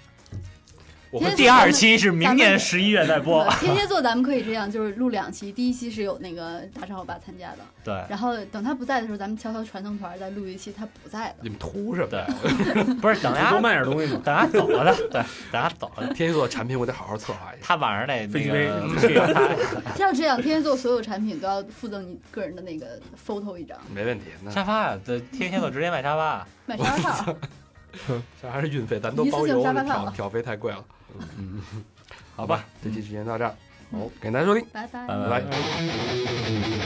Speaker 2: 我
Speaker 5: 天蝎座
Speaker 4: 第二期是明
Speaker 5: 咱
Speaker 4: 年
Speaker 5: 们
Speaker 4: 十一月再播。
Speaker 5: 对天蝎座咱们可以这样，就是录两期，第一期是有那个大张我爸参加的，
Speaker 4: 对，
Speaker 5: 然后等他不在的时候，咱们悄悄传送团再录一期他不在的。
Speaker 2: 你们图什么呀？
Speaker 4: 不是等
Speaker 9: 多
Speaker 4: 大家
Speaker 9: 卖点东西嘛。
Speaker 4: 等他走了的，对，等他走了的，
Speaker 2: 天蝎座产品我得好好策划一下。
Speaker 4: 他晚上得
Speaker 9: 飞
Speaker 4: 那
Speaker 9: 机杯
Speaker 4: 个去他
Speaker 5: 要这样，天蝎座所有产品都要附赠你个人的那个 photo 一张，
Speaker 2: 没问题，
Speaker 5: (laughs)
Speaker 2: 那
Speaker 4: 沙发，啊这天蝎座直接卖沙发。啊
Speaker 5: 买沙发套。
Speaker 2: 这还是运费，咱都
Speaker 5: 一次
Speaker 2: 包
Speaker 5: 性
Speaker 2: 邮，
Speaker 5: 沙发
Speaker 2: 挑
Speaker 5: 饭
Speaker 2: 挑费太贵了。嗯，
Speaker 5: 嗯
Speaker 2: 好吧，这期时间到这儿，好，感谢大家收听，
Speaker 5: 拜拜。
Speaker 4: 拜
Speaker 2: 拜拜。